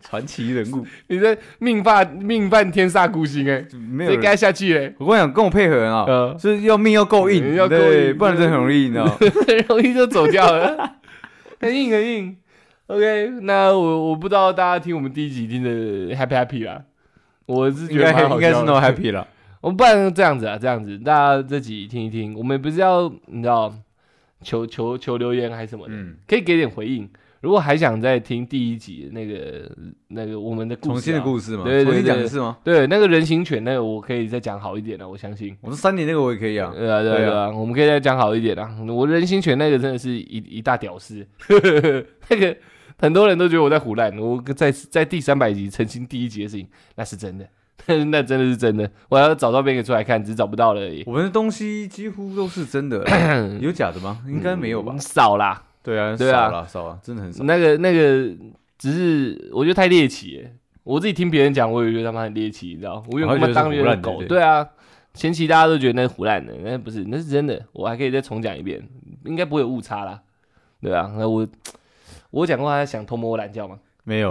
F: 传奇人物
E: 你这命犯命犯天煞孤星哎、
F: 没
E: 直接
F: 有
E: 该
F: 人。
E: 下去嘞、
F: 我跟你讲，跟我配合人啊，
E: 嗯
F: 就是要命要够硬，
E: 要够
F: 对
E: 硬
F: 不然真的很容易，你知道吗。
E: 很容易就走掉 了，很硬很硬。OK，那我我不知道大家听我们第一集听的 happy happy 啦，我是 觉
F: 应
E: 得
F: 该
E: 蛮好
F: 应该是
E: 笑的
F: no happy 了。
E: 我们不然这样子啊，这样子，大家这集听一听，我们不是要你知道求求求留言还是什么的，
F: 嗯，
E: 可以给点回应。如果还想再听第一集那个那个我们的故事、啊，
F: 重新的故事嘛，
E: 对对
F: 重新
E: 对
F: 讲一次吗？
E: 对那个人形犬那个，我可以再讲好一点的、啊我相信。
F: 我说三年那个我也可以啊，
E: 对啊，对啊，
F: 对啊
E: 对啊，我们可以再讲好一点啊。我人形犬那个真的是一一大屌丝， 那个很多人都觉得我在胡乱，我在在第三百集澄清第一集的事情，那是真的， 那真的是真的。我要找照片给出来看，只是找不到了而已。
F: 我们的东西几乎都是真 的啦，有假的吗？应该没有吧
E: 嗯？少啦，
F: 对啊，嗯
E: 对啊
F: 少了少了，真的很少。
E: 那个那个只是我觉得太猎奇了，我自己听别人讲，我也觉得他妈很猎奇，你知道吗？我有
F: 然后
E: 他
F: 觉
E: 妈
F: 得
E: 当
F: 是
E: 别
F: 胡
E: 人
F: 乱
E: 的狗，
F: 的对
E: 对啊。前期大家都觉得那是胡乱的，那不是，那是真的。我还可以再重讲一遍，应该不会有误差啦，对啊。那我我有讲过他想偷摸我懒觉吗？
F: 没 有，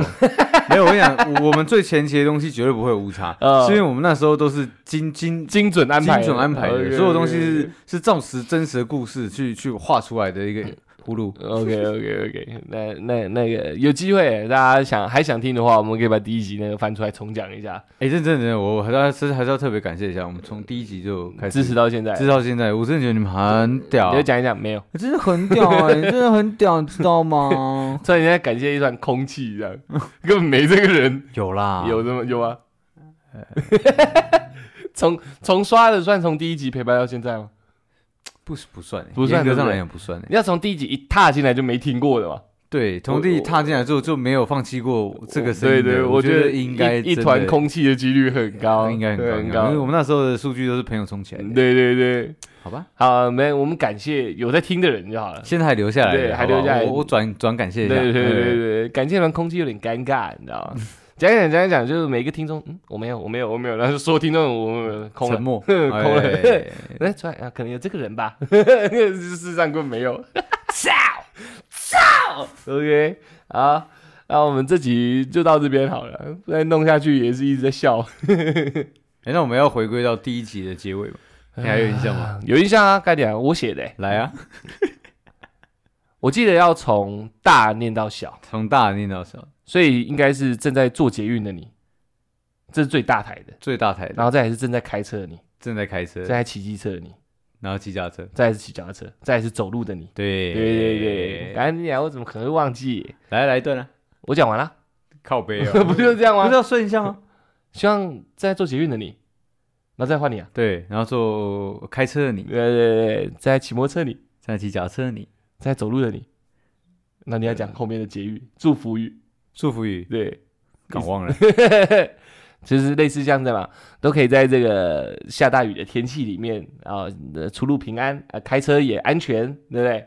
F: 没有。我跟你讲，我我们最前期的东西绝对不会有误差，
E: 呃
F: 是因为我们那时候都是精精
E: 精准安排，
F: 精哦准安排的，
E: OK，OK，OK
F: 所有东西是是照实真实的故事去去画出来的 一个葫芦。
E: OK OK OK，那那那个有机会，大家想还想听的话，我们可以把第一集那个翻出来重讲一下，
F: 哎，认真的，我我还是要其实还是要特别感谢一下，我们从第一集就开始
E: 支持到现在。
F: 支持到现在，我真的觉得你们很屌
E: 你就，讲一讲，没有。
F: 真的很屌哎，真的很屌，你知道吗？
E: 突然间感谢一段空气，这样 根本没这个人，
F: 有啦，
E: 有这么有吗？
F: 呃
E: 从从刷的算从第一集陪伴到现在吗？
F: 不是不算欸，
E: 不算
F: 严格上
E: 对不对
F: 来讲不算欸。
E: 你要从第一集一踏进来就没听过的嘛？
F: 对，从第一踏进来之后就没有放弃过这个声音
E: 对
F: 的。
E: 对，
F: 我
E: 觉
F: 得
E: 得
F: 应该
E: 一一
F: 真
E: 团
F: 的
E: 空气的几率很高，
F: 应该很
E: 对
F: 高，
E: 很
F: 因为
E: 高。
F: 我们那时候的数据都是朋友充起来的，
E: 对对对，
F: 好吧？
E: 好，没我们感谢有在听的人就好了。
F: 现在还留下来的，
E: 对还
F: 好不好
E: 留下来
F: 我我转转感谢哎
E: 对
F: 一下，
E: 对对对对，感谢完空气有点尴尬，你知道吗？讲一讲讲一讲，就是每一个听众，嗯，我没有我没有我没有，然后就说听众我没有空了
F: 沉， 默，
E: 空了
F: 哎
E: 哎，出来啊，可能有这个人吧，事实上根本没有。操操，OK，好，那我们这集就到这边好了，不然弄下去也是一直在笑。
F: 哎，那我们要回归到第一集的结尾吧？你还有印象吗？
E: 有印象啊，快点啊，我写的欸，
F: 来啊，
E: 我记得要从大念到小，
F: 从大念到小，
E: 所以应该是正在做捷运的你，这是最大台的，
F: 最大台的
E: 然后再来是正在开车的你，
F: 正在开车
E: 正，在骑机车的你，
F: 然后骑脚踏车，
E: 再来是骑脚踏车，再来是走路的你。
F: 对
E: 对对对，，赶紧啊，我怎么可能会忘记？
F: 来来一段啊，
E: 我讲完了，
F: 靠背哦，
E: 不就这样吗
F: 不是？要顺一下吗？
E: 希望正在做捷运的你，那再换你啊，
F: 对，然后做开车的你，
E: 对对对，在骑摩托车的你，
F: 在骑脚踏车的你，
E: 在走路的你，那你要讲后面的结语、祝福语，
F: 祝福语，
E: 对，
F: 搞忘了，
E: 就是类似像这样嘛，都可以在这个下大雨的天气里面啊、呃出入平安啊、呃开车也安全，对不对？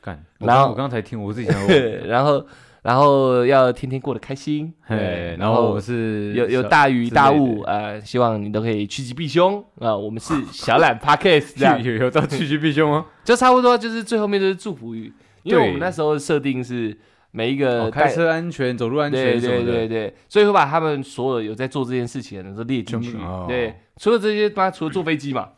F: 干，我
E: 然后
F: 刚我刚才听我自己想，
E: 然后然后要天天过得开心。
F: 哦嘿
E: 对，，
F: 然后我是
E: 有有
F: 小
E: 大鱼
F: 之
E: 大
F: 类的
E: 雾，呃，希望你都可以趋吉避凶啊、我们是小懒 Pockets 这样
F: ，有有到趋吉避凶吗？
E: 就差不多就是最后面就是祝福语，因为
F: 对
E: 我们那时候的设定是每一
F: 哦
E: 个呃带、
F: 开车安全，走路安全
E: 对
F: 什么
E: 对对
F: 的。
E: 对，所以会把他们所有有在做这件事情的人都列进
F: 全
E: 去。
F: 部哦
E: 对，除了这些，妈除了坐飞机 嘛，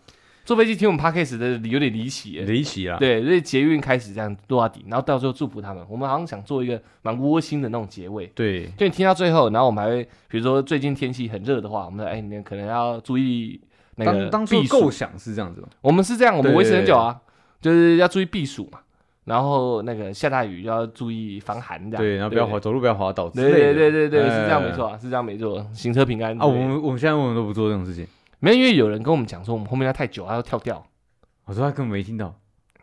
E: 坐飞机听我们 Pockets 的有点离奇耶、
F: 离奇啊！
E: 对，所以捷运开始这样落到底，然后到最后祝福他们。我们好像想做一个蛮窝心的那种结尾，
F: 对
E: 就你听到最后，然后我们还会，比如说最近天气很热的话，我们说，哎、你们可能要注意那个
F: 当当初
E: 避
F: 的
E: 暑啊
F: 构。想是这样子吗？
E: 我们是这样，我们
F: 对
E: 维持很久啊，就是要注意避暑嘛，然后那个下大雨要注意防寒这样。
F: 对，然后不要滑，走路不要滑倒之
E: 对
F: 类的。
E: 对对对对，是这样
F: 哎
E: 没错。啊，是这样没错，行车平安
F: 啊，我
E: 对
F: 们我们现在我们都不做这种事情。
E: 没有，因为有人跟我们讲说，我们后面要太久，他要跳掉。
F: 我说他根本没听到，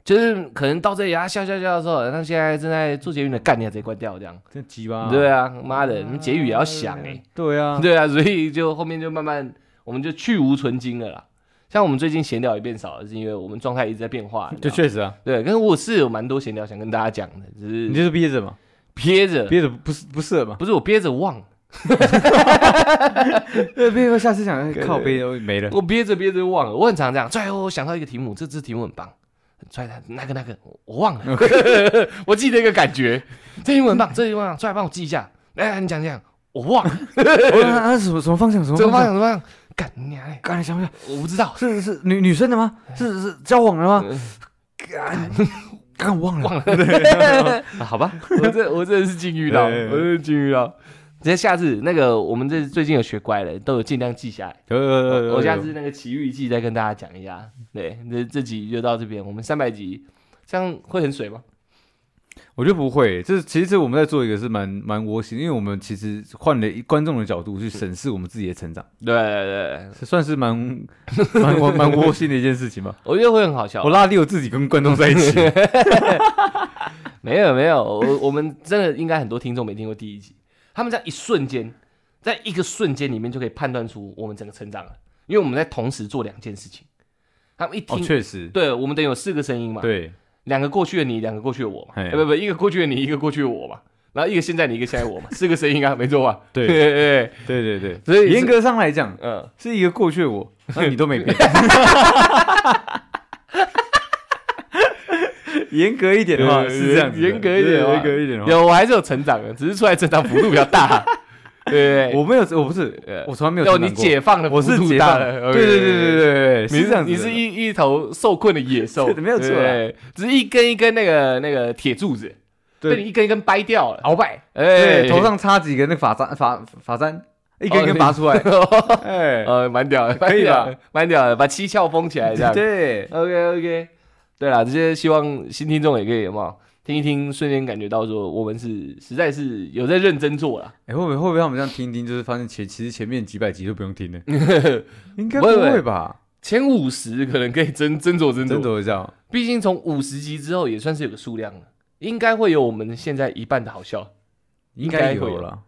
E: 就是可能到这里，啊他笑笑笑的时候，他现在正在做捷运的，干你还直接关掉这样。
F: 真鸡巴。
E: 对
F: 啊，
E: 啊，妈的，你们捷运也要想哎、
F: 对啊，
E: 对啊，所以就后面就慢慢我们就去无存精了啦。像我们最近闲聊也变少了，是因为我们状态一直在变化。你知
F: 就
E: 道吗
F: 确实啊，
E: 对，可是我是有蛮多闲聊想跟大家讲的，只
F: 你
E: 是
F: 就是憋着嘛，
E: 憋着，
F: 憋着不是不适合嘛。
E: 不是我憋着忘，
F: 呃，憋着下次想哎靠背哦没了。
E: 我憋着憋着忘了。我很常这样，最后我想到一个题目，这支题目很棒，很帅的，那个那个我我忘 了，我记得一个感觉，这题目很棒，这题目很棒，出来帮我记一下。哎，你讲讲，我忘 了，
F: 我啊啊什么什么方向？什么
E: 怎么办？
F: 方
E: 怎
F: 向？
E: 么办？干你娘嘞！
F: 刚才想不想？
E: 我不知道，
F: 是是女女生的吗？
E: 哎
F: 是是交往了吗？干， 刚忘了。
E: 嗯忘了。啊好吧， 我这我真的是金鱼 佬，我
F: 对
E: 真的是金鱼佬。直接下次那个我们这最近有学乖了，都有尽量记下来。
F: 有有有有有，
E: 我下次那个奇遇记再跟大家讲一下。对，这这集就到这边，我们三百集，这样会很水吗？
F: 我觉得不会，这其实这我们在做一个是蛮蛮窝心，因为我们其实换了一观众的角度去审视我们自己的成长，
E: 对对对，
F: 是算是蛮 蛮蛮蛮窝心的一件事情吧。
E: 我觉得会很好笑
F: 我。拉低我自己跟观众在 一起，
E: 没有没有，我我们真的应该很多听众没听过第一集，他们在一瞬间，在一个瞬间里面就可以判断出我们整个成长了，因为我们在同时做两件事情。他们一
F: 哦，
E: 听，
F: 确实，
E: 对我们等于有四个声音嘛，
F: 对，
E: 两个过去的你，两个过去的我嘛，
F: 嘿
E: 哎不不，一个过去的你，一个过去的我嘛，然后一个现在你，一个现在我 嘛，四个声音啊，没错吧？
F: 对
E: 对对，
F: 对对对，
E: 所以是
F: 严格上来讲
E: 嗯，
F: 是一个过去 的我，那你都没变。严格一点的话是这样子的，
E: 严格一点的
F: 对
E: 话，
F: 严格一点的话，
E: 有我还是有成长的，只是出来成长幅度比较 大，对对对
F: 我没有，我不是
E: 呃，
F: 我从来没有
E: 要
F: 成
E: 你
F: 长过。
E: 解放的幅
F: 我是
E: 度
F: 解
E: 大
F: 放
E: 了，
F: 了，对对对对对对，
E: 你
F: 是这样子
E: 你
F: 的，
E: 是一一头受困的野兽，
F: 是 的没有错啊
E: 对，只是一根一根那个那个铁柱子
F: 对
E: 被你一根一根掰掉了，
F: 鳌拜，
E: 哎，哦
F: 对，头上插几个那个发簪，发发簪，一根一根拔出 来，哎，
E: 呃，蛮屌的，
F: 可以吧
E: 蛮屌的？蛮屌的，把七窍封起来这样。
F: 哎对，
E: OK OK，对啦，这些希望新听众也可以有没有听一听，瞬间感觉到说我们是实在是有在认真做啦。
F: 哎，会不会会不会他们这样听一听，就是发现前其实前面几百集都不用听 的，应该
E: 不
F: 不
E: 会不会
F: 会吧？
E: 前五十可能可以斟斟酌斟
F: 真
E: 酌，
F: 的这样，
E: 毕竟从五十集之后也算是有个数量了，应该会有我们现在一半的好笑，
F: 应
E: 该
F: 该
E: 会
F: 有
E: 有
F: 了，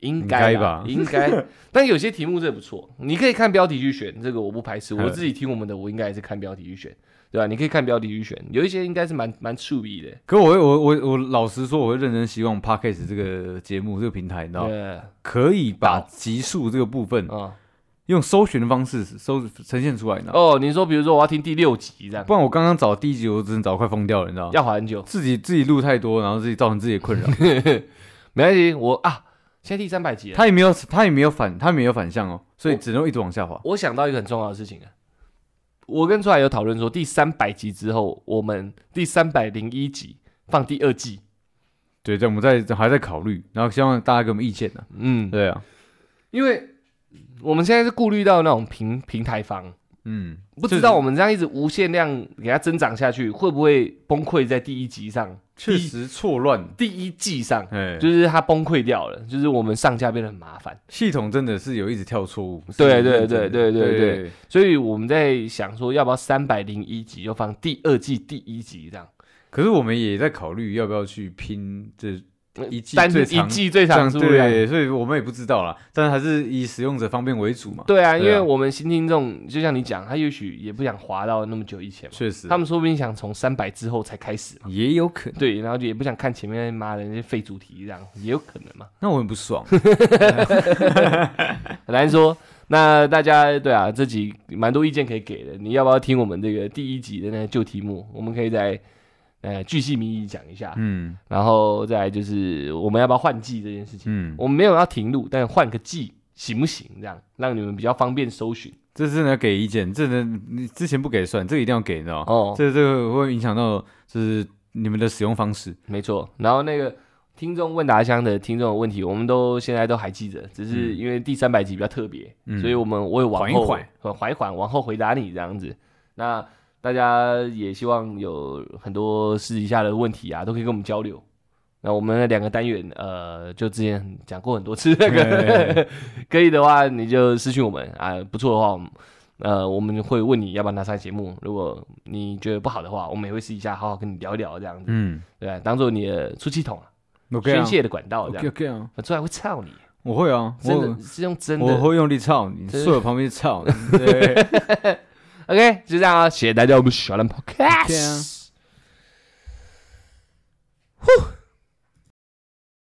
E: 应该
F: 应该
E: 啦
F: 吧
E: 应 该。但有些题目真的不错，你可以看标题去选，这个我不排 斥。我自己听我们的，我应该也是看标题去选，对吧？你可以看标题去选，有一些应该是蛮蛮注意的。
F: 可我会我我我老实说，我会认真希望 Podcast 这个节目这个平台，你知道，
E: 对，
F: 可以把
E: 到
F: 集数这个部分
E: 嗯，
F: 用搜寻的方式搜呈现出来，你知道。
E: 哦，你说比如说我要听第六集这样，
F: 不然我刚刚找第一集，我真的找快疯掉了，你知道。
E: 要滑很久。
F: 自己自己录太多，然后自己造成自己的困扰。
E: 没关系，我啊，现在第三百集了。
F: 他也没有，他也没有反，他没有反向哦，所以只能一直往下滑。
E: 我想到一个很重要的事情啊，我跟出来有讨论说，第三百集之后，我们第三百零一集放第二季。
F: 对，这样我们在还在考虑，然后希望大家给我们意见呢、
E: 嗯，
F: 对啊，
E: 因为我们现在是顾虑到那种平平台方，
F: 嗯，
E: 不知道我们这样一直无限量给它增长下去，会不会崩溃在第一集上、
F: 确实错乱，
E: 第一季上，
F: 哎，
E: 就
F: 就
E: 是它崩溃掉了，就是我们上架变得很麻烦。
F: 系统真的是有一直跳错误。
E: 对
F: 是
E: 对
F: 认真的
E: 对对对
F: 对，
E: 所以我们在想说，要不要三百零一集就放第二季第一集这样？
F: 可是我们也在考虑要不要去拼这一季
E: 单
F: 最
E: 一
F: 长
E: 季最
F: 这
E: 长
F: 样
E: 数量。
F: 对，所以我们也不知道啦，但是还是以使用者方便为主嘛。，
E: 对啊，因
F: 对
E: 为
F: 啊
E: 我们新听众，就像你讲，他也许也不想滑到那么久以前嘛，
F: 确实，
E: 他们说不定想从三百之后才开始嘛。
F: 也有可能。
E: 对，然后就也不想看前面妈的那些废主题，这样也有可能嘛。
F: 那我很不爽，
E: 很难说。那大家对啊，这集蛮多意见可以给的。你要不要听我们这个第一集的那个旧题目？我们可以再呃巨细靡遗讲一下。
F: 嗯
E: 然后再来就是我们要不要换季这件事情？
F: 嗯，
E: 我们没有要停录，但换个季行不行？这样让你们比较方便搜寻。
F: 这真的要给意见，这能你之前不给算，这个一定要给，你知道吗？
E: 哦，
F: 这这个会影响到就是你们的使用方式，
E: 没错。然后那个听众问答箱的听众的问题，我们都现在都还记着，只是因为第三百集比较特别，
F: 嗯
E: 所以我们我也往
F: 缓一
E: 后
F: 缓
E: 呃缓一缓，往后回答你这样子。那大家也希望有很多私底下的问题啊，都可以跟我们交流。那我们的两个单元，呃，就之前讲过很多次，那个 可以的话你就私信我们啊，不错的话我们。呃，我们会问你要不要拿上节目，如果你觉得不好的话，我们也会私底下好好跟你聊一聊这样子。
F: 嗯
E: 对，当做你的出气筒啊，
F: ，OK
E: 宣
F: 啊
E: 泄的管道这
F: ，OK
E: 样。
F: OK 啊，
E: 我出来会操你，
F: 我会啊，
E: 真
F: 我
E: 的是用真
F: 我
E: 的。
F: 会用力操你，
E: 真的
F: 睡我旁边操你，对
E: OK，就这样啊，谢谢大家，我们小蓝 Podcast。
F: ，OK 啊。